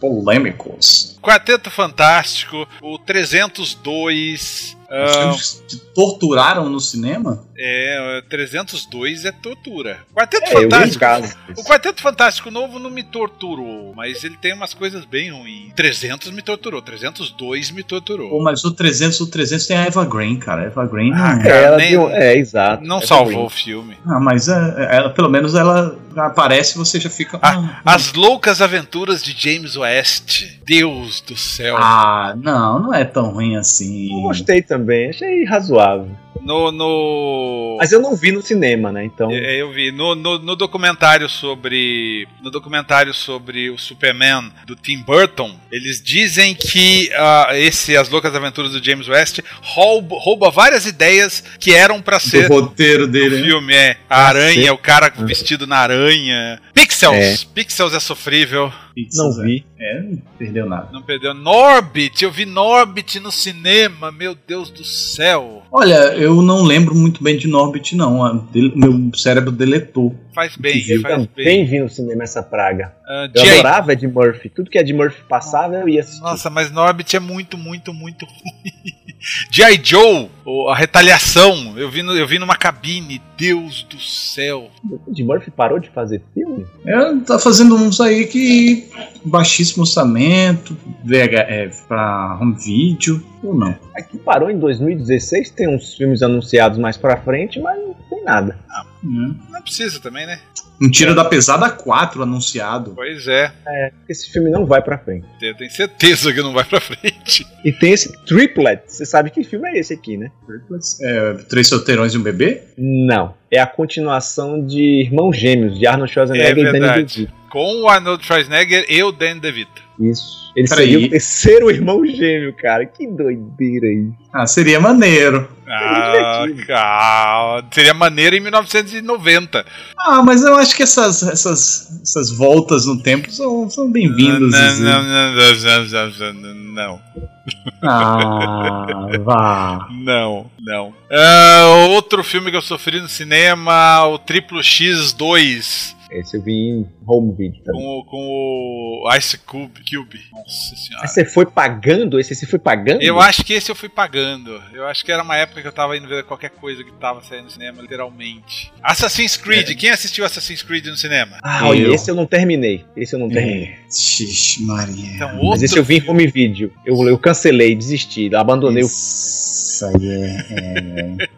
polêmicos.
Quarteto Fantástico, o 302.
Os
ah,
filmes que te torturaram no cinema?
é, 302 é tortura. Quarteto
É, eu vi
Fantástico.
caso.
O Quarteto Fantástico Novo não me torturou, mas ele tem umas coisas bem ruins. 300 me torturou, 302 me
Pô,
torturou.
mas o 300, o 300 tem a Eva Green, cara. A Eva Green não,
Ah,
É, ela
Nem-
deu- é, exato.
Não
É
salvou o
ruim.
filme.
Ah, mas é, é, ela, pelo menos ela aparece e você já fica. Ah,
As Loucas Aventuras de James West. Deus do céu.
ah, não, não é tão ruim assim.
Eu gostei também, achei razoável.
No. no...
Mas eu não vi no cinema, né? Então.
É, eu vi no, no, no documentário sobre no documentário sobre o Superman do Tim Burton eles dizem que ah, esse as loucas aventuras do James West rouba, rouba várias ideias que eram pra ser
Do roteiro
O
dele. né? Ah.
filme é a aranha, o cara vestido na aranha. Pixels, Pixels é sofrível.
Não
Pizzas,
vi.
né? É, não perdeu nada.
Não perdeu. Norbit, eu vi Norbit no cinema, meu Deus do céu.
Olha, eu não lembro muito bem de Norbit, não. A dele- meu cérebro deletou.
Faz bem,
Eu
faz
também
bem.
vi no cinema essa praga.
Ah,
Eu
Jay-
adorava Ed Murphy. Tudo que Ed Murphy passava, eu ia assistir.
Nossa, mas Norbit é muito, muito, muito ruim. G.I. Joe, o- a retaliação, eu vi, no- eu vi numa cabine, Deus do céu.
Ed Murphy parou de fazer filme?
É, tá fazendo uns aí que. baixíssimo orçamento, VH, é, pra home video, ou não.
Aqui parou em 2016, tem uns filmes anunciados mais pra frente, mas não tem nada.
Né?
Não precisa também, né?
Um tiro da pesada 4 anunciado.
Pois é,
Esse filme não vai pra frente.
eu tenho certeza que não vai pra frente.
E tem esse Triplet. Você sabe que filme é esse aqui, né?
É, três solteirões e um bebê?
Não. É a continuação de Irmãos Gêmeos, de Arnold Schwarzenegger
É
e Danny
verdade.
DeVito.
Com o Arnold Schwarzenegger e o Dan DeVito.
Isso. Ele
Peraí.
seria o terceiro irmão gêmeo, cara. Que doideira isso.
Ah, seria maneiro.
Ah,
divertido.
cara, seria maneiro em 1990.
Ah, mas eu acho que essas, essas, essas voltas no tempo são, são bem-vindas.
não,
assim.
não, não, não, não, não, não,
Ah, vá.
não, não. Ah, outro filme que eu sofri no cinema, o Triplo X2,
Esse eu vi em home video também.
com, o- com o Ice Cube, Cube. Nossa senhora.
Mas você foi pagando esse? Você foi pagando?
Eu acho que esse eu fui pagando. Eu acho que era uma época que eu tava indo ver qualquer coisa que tava saindo no cinema, literalmente. Assassin's
É.
Creed, quem assistiu Assassin's Creed no cinema?
Ah, olha,
Eu.
esse é um eu não terminei. Esse eu não terminei.
É.
Xixi, Maria.
Então,
Mas
outro
esse eu vi em home video. Eu, eu cancelei, desisti, abandonei o
Isso aí é. é...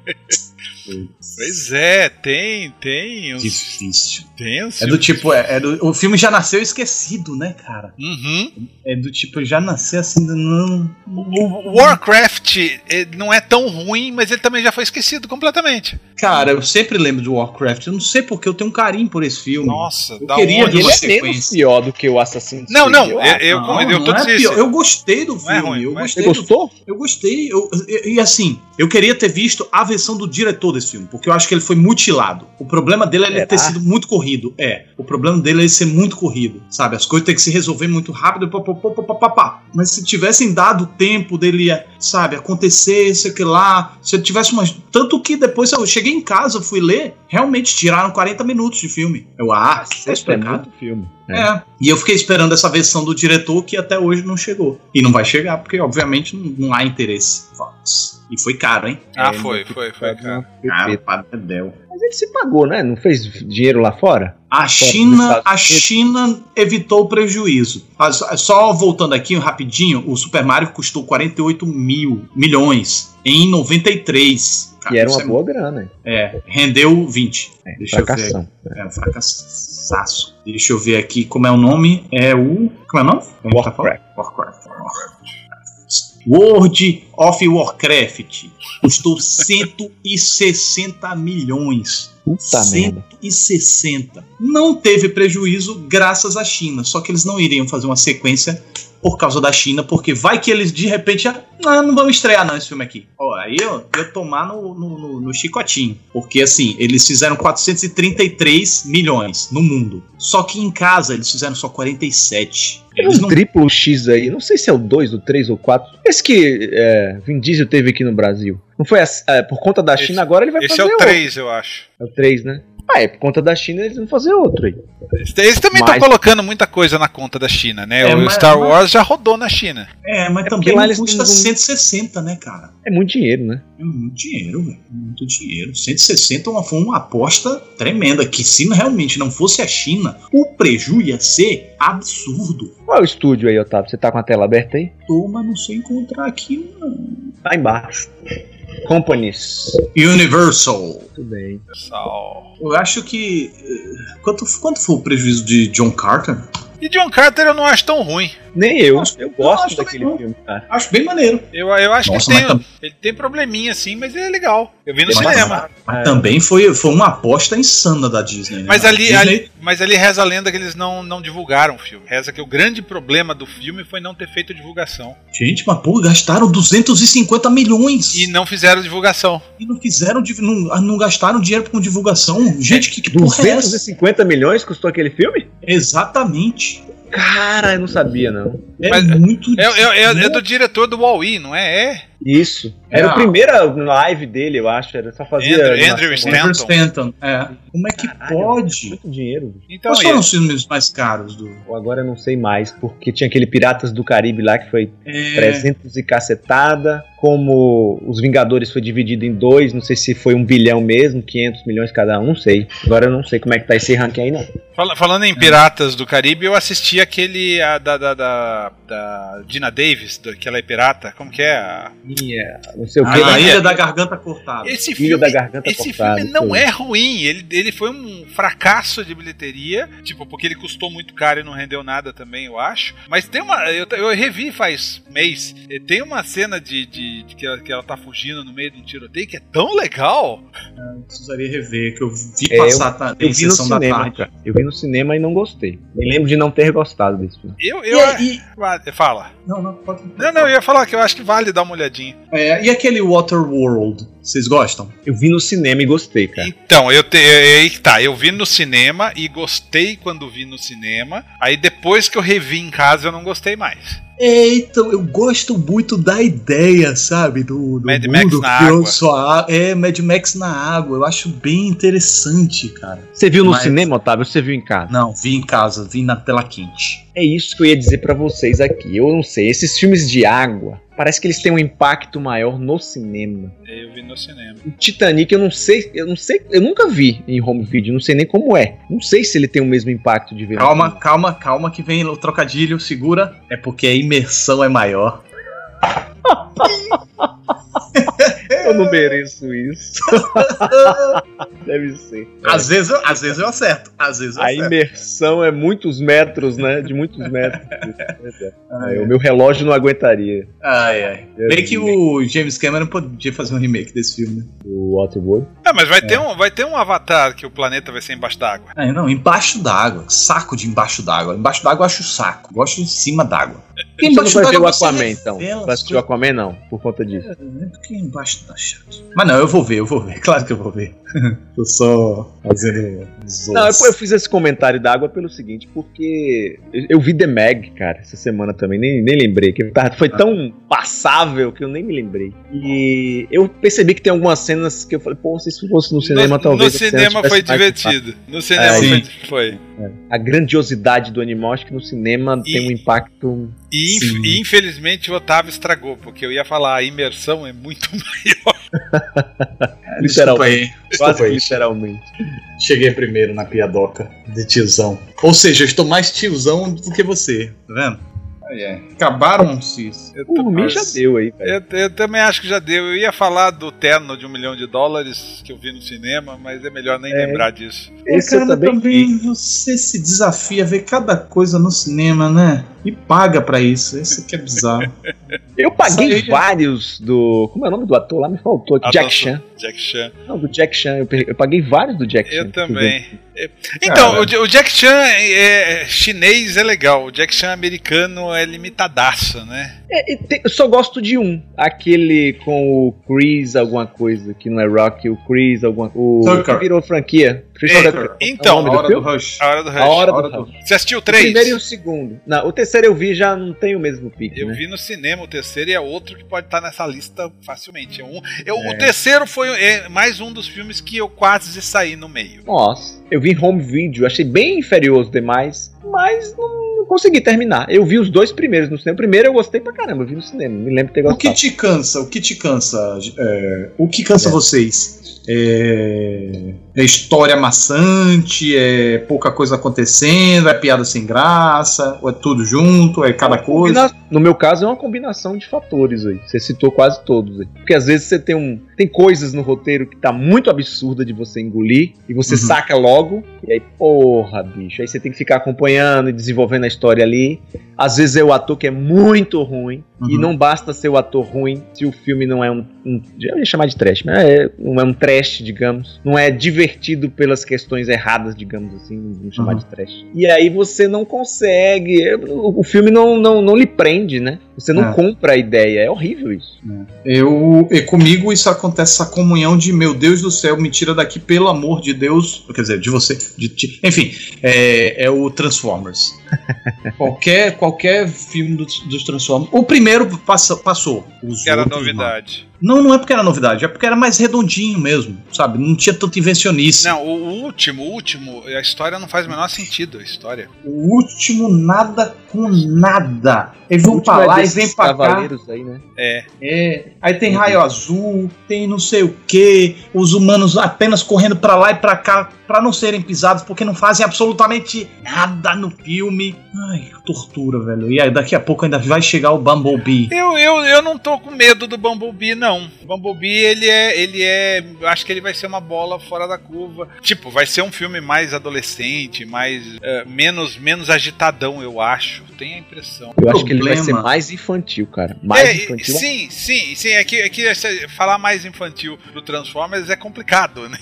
Putz,
Pois é, tem, tem uns
é Difícil.
tensos.
É do tipo, é, é do- o filme já nasceu esquecido, né, cara?
Uhum.
É do tipo, já nasceu assim, não.
O Warcraft eh, não é tão ruim, mas ele também já foi esquecido completamente.
Cara, eu sempre lembro do Warcraft. Eu não sei porque eu tenho um carinho por esse filme.
Nossa,
Eu
da
queria
onde
ver
Ele
uma
é menos
sequência.
pior do que o Assassin's
Não,
Creed,
não,
eu
eu,
acho.
eu,
Não,
eu, tô
não é
dizendo
pior.
isso.
eu gostei do
Não é
filme.
ruim,
eu
mas-
Você
gostei. do-
gostou?
Eu gostei. Eu, e, e assim, eu queria ter visto a versão do diretor desse filme, porque eu acho que ele foi mutilado. O problema dele é ele
Será?
ter sido muito corrido. É. O problema dele é ele ser muito corrido, sabe? As coisas têm que se resolver muito rápido. Pá, pá, pá, pá, pá, pá, pá. Mas se tivessem dado tempo dele, é, sabe, acontecer, sei que lá. Se ele tivesse umas. Tanto que depois eu cheguei em casa, fui ler, realmente tiraram 40 minutos de filme. Eu, ah, isso é
Isso é
explicado.
muito filme.
É. E eu fiquei esperando essa versão do diretor que até hoje não chegou. E não vai chegar, porque obviamente não, não há interesse. Fox. E foi caro, hein?
Ah, foi, foi, foi, cara.
Caro
Perfeito.
pra Dedéu.
Mas ele se pagou, né? Não fez dinheiro lá fora?
A China, a China evitou o prejuízo. Ah, só- Só voltando aqui rapidinho, o Super Mario custou 48 mil milhões em 93. Cara,
e era
isso
uma
é-
boa grana. hein?
É, rendeu 20.
É,
Deixa eu ver
fracassão.
É um fracassaço. Deixa eu ver aqui como é o nome. É o. Como é o nome?
Warcraft.
Warcraft. World of Warcraft. Custou 160 milhões.
Puta merda.
160. Não teve prejuízo graças à China. Só que eles não iriam fazer uma sequência por causa da China, porque vai que eles de repente. ah, Não, não vamos estrear não esse filme aqui. Ó, aí eu, eu tomar no, no, no- no chicotinho. Porque assim, eles fizeram 433 milhões no mundo. Só que em casa eles fizeram só 47.
Tem
Eles
um
não.
triplo X aí, não sei se é o 2, o 3 ou 4. Esse que é, Vin Diesel teve aqui no Brasil. Não foi ass- é, por conta da
Esse-
China, agora ele vai
Esse é
fazer
o
outro.
3, eu acho.
É o 3, né? Ah, é, por conta da China eles vão fazer outro aí.
Eles- Eles também estão
Mas-
colocando muita coisa na conta da China, né?
É,
o
mas-
Star
mas-
Wars já rodou na China.
É, mas
É porque
também
lá
não
eles
custa
não-
160, né, cara?
É muito dinheiro, né?
É muito dinheiro, velho. Muito dinheiro. 160 é uma, foi uma aposta tremenda. Que se realmente não fosse a China, o prejuízo ia ser absurdo.
Qual é o estúdio aí, Otávio? Você tá com a tela aberta aí?
Toma, não sei encontrar aqui. Não.
Tá embaixo. Companies.
Universal.
Muito bem.
Pessoal.
Eu acho que. eh, Quanto, quanto foi o prejuízo de John Carter?
E John Carter eu não acho tão ruim.
Nem eu.
Nossa,
Eu
eu acho
gosto
também
daquele
não.
filme, cara.
Acho bem maneiro.
Eu, eu acho
Nossa,
que
mas
tem, um-
tam-
ele tem probleminha assim, mas ele é legal. Eu vi no
Mas-
cinema.
Mas
É.
também foi, foi uma aposta insana da Disney. né?
Mas
A
ali,
Disney-
ali- mas ali reza a lenda que eles não, não divulgaram o filme. Reza que o grande problema do filme foi não ter feito divulgação.
Gente, mas pô, gastaram 250 milhões.
E não fizeram divulgação.
E não fizeram, div- não, ah, não gastaram dinheiro com divulgação. Gente, que, que porra é essa?
250 milhões custou aquele filme?
Exatamente.
Cara, eu não sabia, não.
É
Mas-
muito
É, é- é- é do diretor do Wall-E, não é? É.
Isso. Era
Ah.
a primeira live dele, eu acho. Era só fazer.
Andrew- Andrew Stanton.
Andrew Stanton. É. Como é que pode?
Muito dinheiro, bicho.
Então,
Quais foram
é.
os filmes mais caros do.
Ou Agora eu não sei mais, porque tinha aquele Piratas do Caribe lá que foi
É,
300 e cacetada. Como os Vingadores foi dividido em dois, não sei se foi um bilhão mesmo, 500 milhões cada um, não sei. Agora eu não sei como é que tá esse ranking aí, não.
Fala- falando em Piratas do Caribe, eu assisti aquele a da, da, da, da Dina Davis, do- que ela é pirata. Como que é? A-
é, Não sei o que.
a Ilha da Garganta Cortada.
Ah, Esse
Filho da
filme,
garganta
esse
cortada,
filme não
tudo.
é ruim. Ele, ele foi um fracasso de bilheteria, tipo, porque ele custou muito caro e não rendeu nada também, eu acho. Mas tem uma. Eu, eu revi faz mês. e Tem uma cena de, de, de que, ela, que ela tá fugindo no meio de um tiroteio que é tão legal.
Eu precisaria rever, que eu vi
É,
passar tá,
Eu
em
vi no
sessão da
cinema,
tarde.
cara. Eu vi no cinema e não gostei. Me lembro de não ter gostado desse filme.
Eu.
E
eu
aí- e-
ah, Fala.
Não, não, pode.
Não, não, eu ia falar que eu acho que vale dar uma olhadinha.
É, e aquele Waterworld? Vocês gostam?
Eu vi no cinema e gostei, cara.
Então, eu te, é aí que tá. Eu vi no cinema e gostei quando vi no cinema. Aí depois que eu revi em casa, eu não gostei mais.
Eita, É, então, eu gosto muito da ideia, sabe? Do, do
Mad Max
mundo
na
que eu
água.
sou a- É, Mad Max na água. Eu acho bem interessante, cara.
Você viu no
Mas-
cinema, Otávio? ou Você viu em casa?
Não, vi em casa, vi na tela quente.
É isso que eu ia dizer pra vocês aqui. Eu não sei, esses filmes de água, parece que eles têm um impacto maior no cinema.
Eu vi no cinema.
O Titanic, eu não sei, eu não sei, eu nunca vi em home video, não sei nem como é. Não sei se ele tem o mesmo impacto de ver.
Calma, calma, calma que vem o trocadilho, segura. É porque a imersão é maior.
Eu não mereço isso. Deve ser.
É.
Às vezes, eu- às vezes eu acerto, às vezes eu
A
acerto.
imersão é muitos metros, né? De muitos metros. É, o meu relógio não aguentaria.
Ai, ai. Bem que o James Cameron podia fazer um remake desse filme, né?
O Waterworld.
Ah, mas
É.
vai, Ter um, vai ter um avatar que o planeta vai ser embaixo d'água.
É, Ah, não, embaixo d'água. Saco de embaixo d'água. Embaixo d'água eu acho saco. Gosto de cima d'água.
Quem você não
embaixo
vai ver
d'água
o
você
Aquaman,
vê
então.
velas,
Vai assistir o Aquaman, não, por conta disso.
coisa- É, Porque embaixo da chave. Mas não, eu vou ver, eu vou ver. Claro que eu vou ver. Tô só fazendo os
Não, eu, eu fiz esse comentário da água pelo seguinte, porque eu, eu vi The Mag, cara, essa semana também, nem, nem lembrei. Que eu tava- foi tão passável que eu nem me lembrei. E eu percebi que tem algumas cenas que eu falei, pô, se isso fosse no cinema,
no,
talvez.
No
a cena
cinema
tivesse
foi
mais impacto.
divertido. No cinema
É,
foi.
sim.
foi.
A grandiosidade do animal, acho que no cinema
E-
tem um impacto.
E, inf-
Sim.
e, infelizmente o Otávio estragou, porque eu ia falar, a imersão é muito maior.
É, Desculpa aí.
Quase
Desculpa
que
aí.
literalmente.
Cheguei primeiro na piadoca de tiozão. Ou seja, eu estou mais tiozão do que você, tá vendo? Acabaram-se.
Eu tô-
Por mim já deu aí, velho.
Eu, eu também acho que já deu. Eu ia falar do terno de um milhão de dólares que eu vi no cinema, mas é melhor nem
É.
lembrar disso.
Esse eu também. vi.
você se desafia a ver cada coisa no cinema, né? E paga pra isso. Esse que é bizarro.
Eu paguei
né?
Saí-
vários do. Como é o nome do ator lá? Me faltou.
Adam
Jack
Sandler.
Chan.
Jack Chan.
Não, do Jack Chan. Eu, pe- eu paguei vários do Jack Chan.
Eu também. É, Então,
Cara.
o, Ja- o Jack Chan é, é- chinês é legal, o Jack Chan americano é limitadaço, né?
É, e tem- eu só gosto de um. Aquele com o Chris alguma coisa, que não é Rock, o Chris alguma coisa. O
Tucker.
que virou franquia. Christopher
Tucker.
Tucker.
Então,
É o
A
nome do
hora do
filme?
rush.
A Hora do Rush.
A hora,
Hora
do,
do
Hulk.
Você assistiu
O primeiro e o
três?
segundo. Não, o terceiro eu vi já não tem o mesmo pique,
Eu
né?
vi no cinema, o terceiro e é outro que pode estar nessa lista facilmente. É um, eu- O terceiro foi é, mais um dos filmes que eu quase saí no meio.
Nossa, eu vi em home video, achei bem inferior aos demais, mas não consegui terminar. Eu vi os dois primeiros no cinema. O primeiro eu gostei pra caramba, eu vi no cinema, me lembro de ter
O que
gostado.
te cansa? O que te cansa? é, o que cansa
É.
vocês? É, é história maçante? É pouca coisa acontecendo? É piada sem graça? Ou é tudo junto? É cada coisa?
Combina- No meu caso, é uma combinação de fatores aí. Você citou quase todos aí. Porque às vezes você tem um. Tem coisas no roteiro que tá muito absurda de você engolir. E você
Uhum.
saca logo. E aí, porra, bicho. Aí você tem que ficar acompanhando e desenvolvendo a história ali. Às vezes é o ator que é muito ruim.
Uhum.
E não basta ser o ator ruim se o filme não é um. um- eu ia chamar de trash, mas é, não é um trash, digamos. Não é divertido pelas questões erradas, digamos assim. Vamos chamar
Uhum.
de trash. E aí você não consegue. O o filme não, não, não lhe prende, né? Você não
É.
compra a ideia. É horrível isso.
Eu, e comigo isso acontece essa comunhão de meu Deus do céu, me tira daqui pelo amor de Deus, quer dizer, de você, de ti. Enfim, é, é o Transformers. qualquer qualquer filme do- dos Transformers. O primeiro passa- passou. Os
Que era
outros não.
novidade.
Não, não é porque era novidade, é porque era mais redondinho mesmo, sabe? Não tinha tanto invencionice.
Não, o último, o último, a história não faz o menor sentido, a história.
O último nada com nada. Eles
O
vão
último
pra lá
é
e
desses
vem pra cá.
cavaleiros Uhum. aí, né?
É.
É, aí tem raio azul, tem não sei o que, os humanos apenas correndo pra lá e pra cá pra não serem pisados porque não fazem absolutamente nada no filme. Ai, que tortura, velho. E aí daqui a pouco ainda vai chegar o Bumblebee.
Eu, eu, eu não tô com medo do Bumblebee, não. O Bumblebee, ele é. Ele é. eu Acho que ele vai ser uma bola fora da curva. Tipo, vai ser um filme mais adolescente, mais. é, menos, menos agitadão, eu acho. Tenho a impressão.
Eu acho que ele vai ser
Problema.
mais infantil, cara. Mais
É,
infantil.
Sim, sim, sim. É que, é que essa- falar mais infantil do Transformers é complicado, né?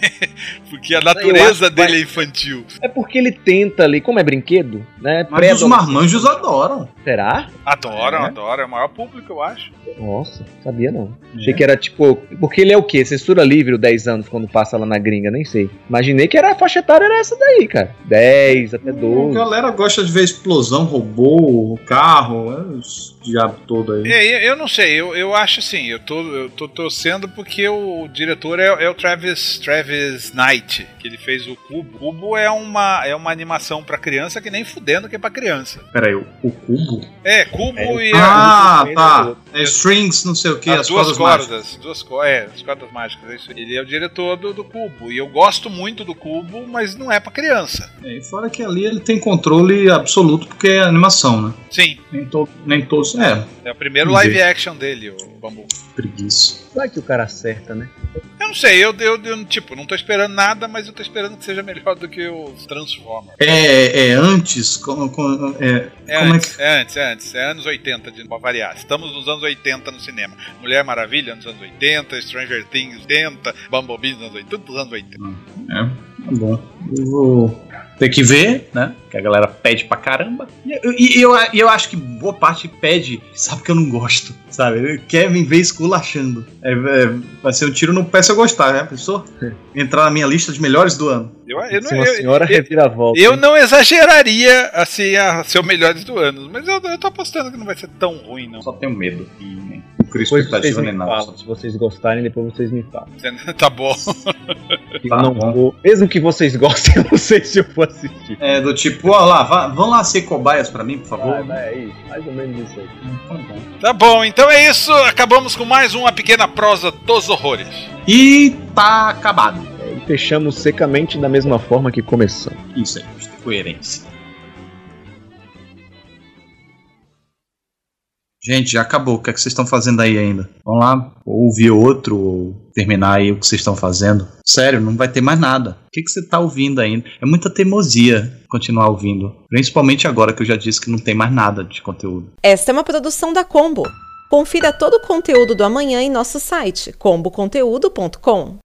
Porque a natureza
acho que vai-
dele é infantil.
É porque ele tenta ali, como é brinquedo, né?
Mas os
Pré-adolescente.
marmanjos
assim.
adoram.
Será?
Adoram,
É.
adoram. É o maior público, eu acho.
Nossa, sabia não. Achei
É.
que era tipo. Porque ele é o quê? Censura livre, o 10 anos, quando passa lá na gringa, nem sei. Imaginei que era a faixa etária era essa daí, cara. 10 até 12.
A galera gosta de ver explosão, robô, carro, é, os diabo todo aí.
É, eu, eu não sei, eu, eu acho assim, eu tô, eu tô torcendo porque o diretor é, é o Travis, Travis Knight, que ele fez o Cubo. Cubo é uma, é uma animação pra criança que nem fudendo que é pra criança.
Peraí, o, o cubo?
É, Cubo
É,
e a-
Ah,
um
tá. É strings, não sei o que,
né? as,
as,
duas
cordas mágicas.
cordas, duas co- é, as cordas mágicas, é isso. aí. Ele é o diretor do, do Cubo, e eu gosto muito do Cubo, mas não é pra criança.
É, e fora que ali ele tem controle absoluto porque é animação, né?
Sim,
Nem, to nem todos. É,
é o primeiro
Entendi.
live action dele, o Bambu.
preguiça.
Vai que o cara acerta, né?
Eu não sei, eu, eu, eu tipo, não tô esperando nada, mas eu tô esperando que seja melhor do que os Transformers.
É, é antes. Com, com- é,
É
Como é
antes, é antes, é antes. É anos 80, de pra variar. Estamos nos anos 80 no cinema. Mulher Maravilha, nos anos 80, Stranger Things, 80, Bumblebee, nos anos 80, tudo dos anos 80.
é, tá bom. Eu vou Tem que ver, né? Que a galera pede pra caramba. E, e- e eu, e eu acho que boa parte pede, sabe que eu não gosto, sabe? Quer me ver esculachando. É, é, vai ser um tiro no pé se eu gostar, né, professor?
É.
Entrar na minha lista de melhores do ano.
Eu, eu não,
Se uma
eu-
senhora
eu-
reviravolta.
eu não exageraria assim a ser o melhores do ano, mas eu, eu tô apostando que não vai ser tão ruim, não.
Só tenho medo. E nem crio
Depois vocês
expectativa
me
nem nada.
falam, se vocês gostarem, depois vocês me falam.
Tá bom.
Eu
Tá
não
bom.
vou- mesmo que vocês gostem, eu não sei se eu vou assistir.
É, do tipo, ó lá, vá- vão lá ser cobaias pra mim, por favor.
Vai, vai aí, mais ou menos isso aí.
Tá bom.
Tá bom, então é isso. Acabamos com mais uma pequena prosa dos horrores.
E tá acabado.
É, E fechamos secamente da mesma forma que começamos.
Isso aí, vamos ter coerência. Gente, já acabou. O que é que vocês estão fazendo aí ainda? Vamos lá, ou ouvir outro, ou terminar aí o que vocês estão fazendo. Sério, não vai ter mais nada. O que, que você está ouvindo ainda? É muita teimosia continuar ouvindo. Principalmente agora que eu já disse que não tem mais nada de conteúdo.
Esta é uma produção da Combo. Confira todo o conteúdo do amanhã em nosso site comboconteúdo.com.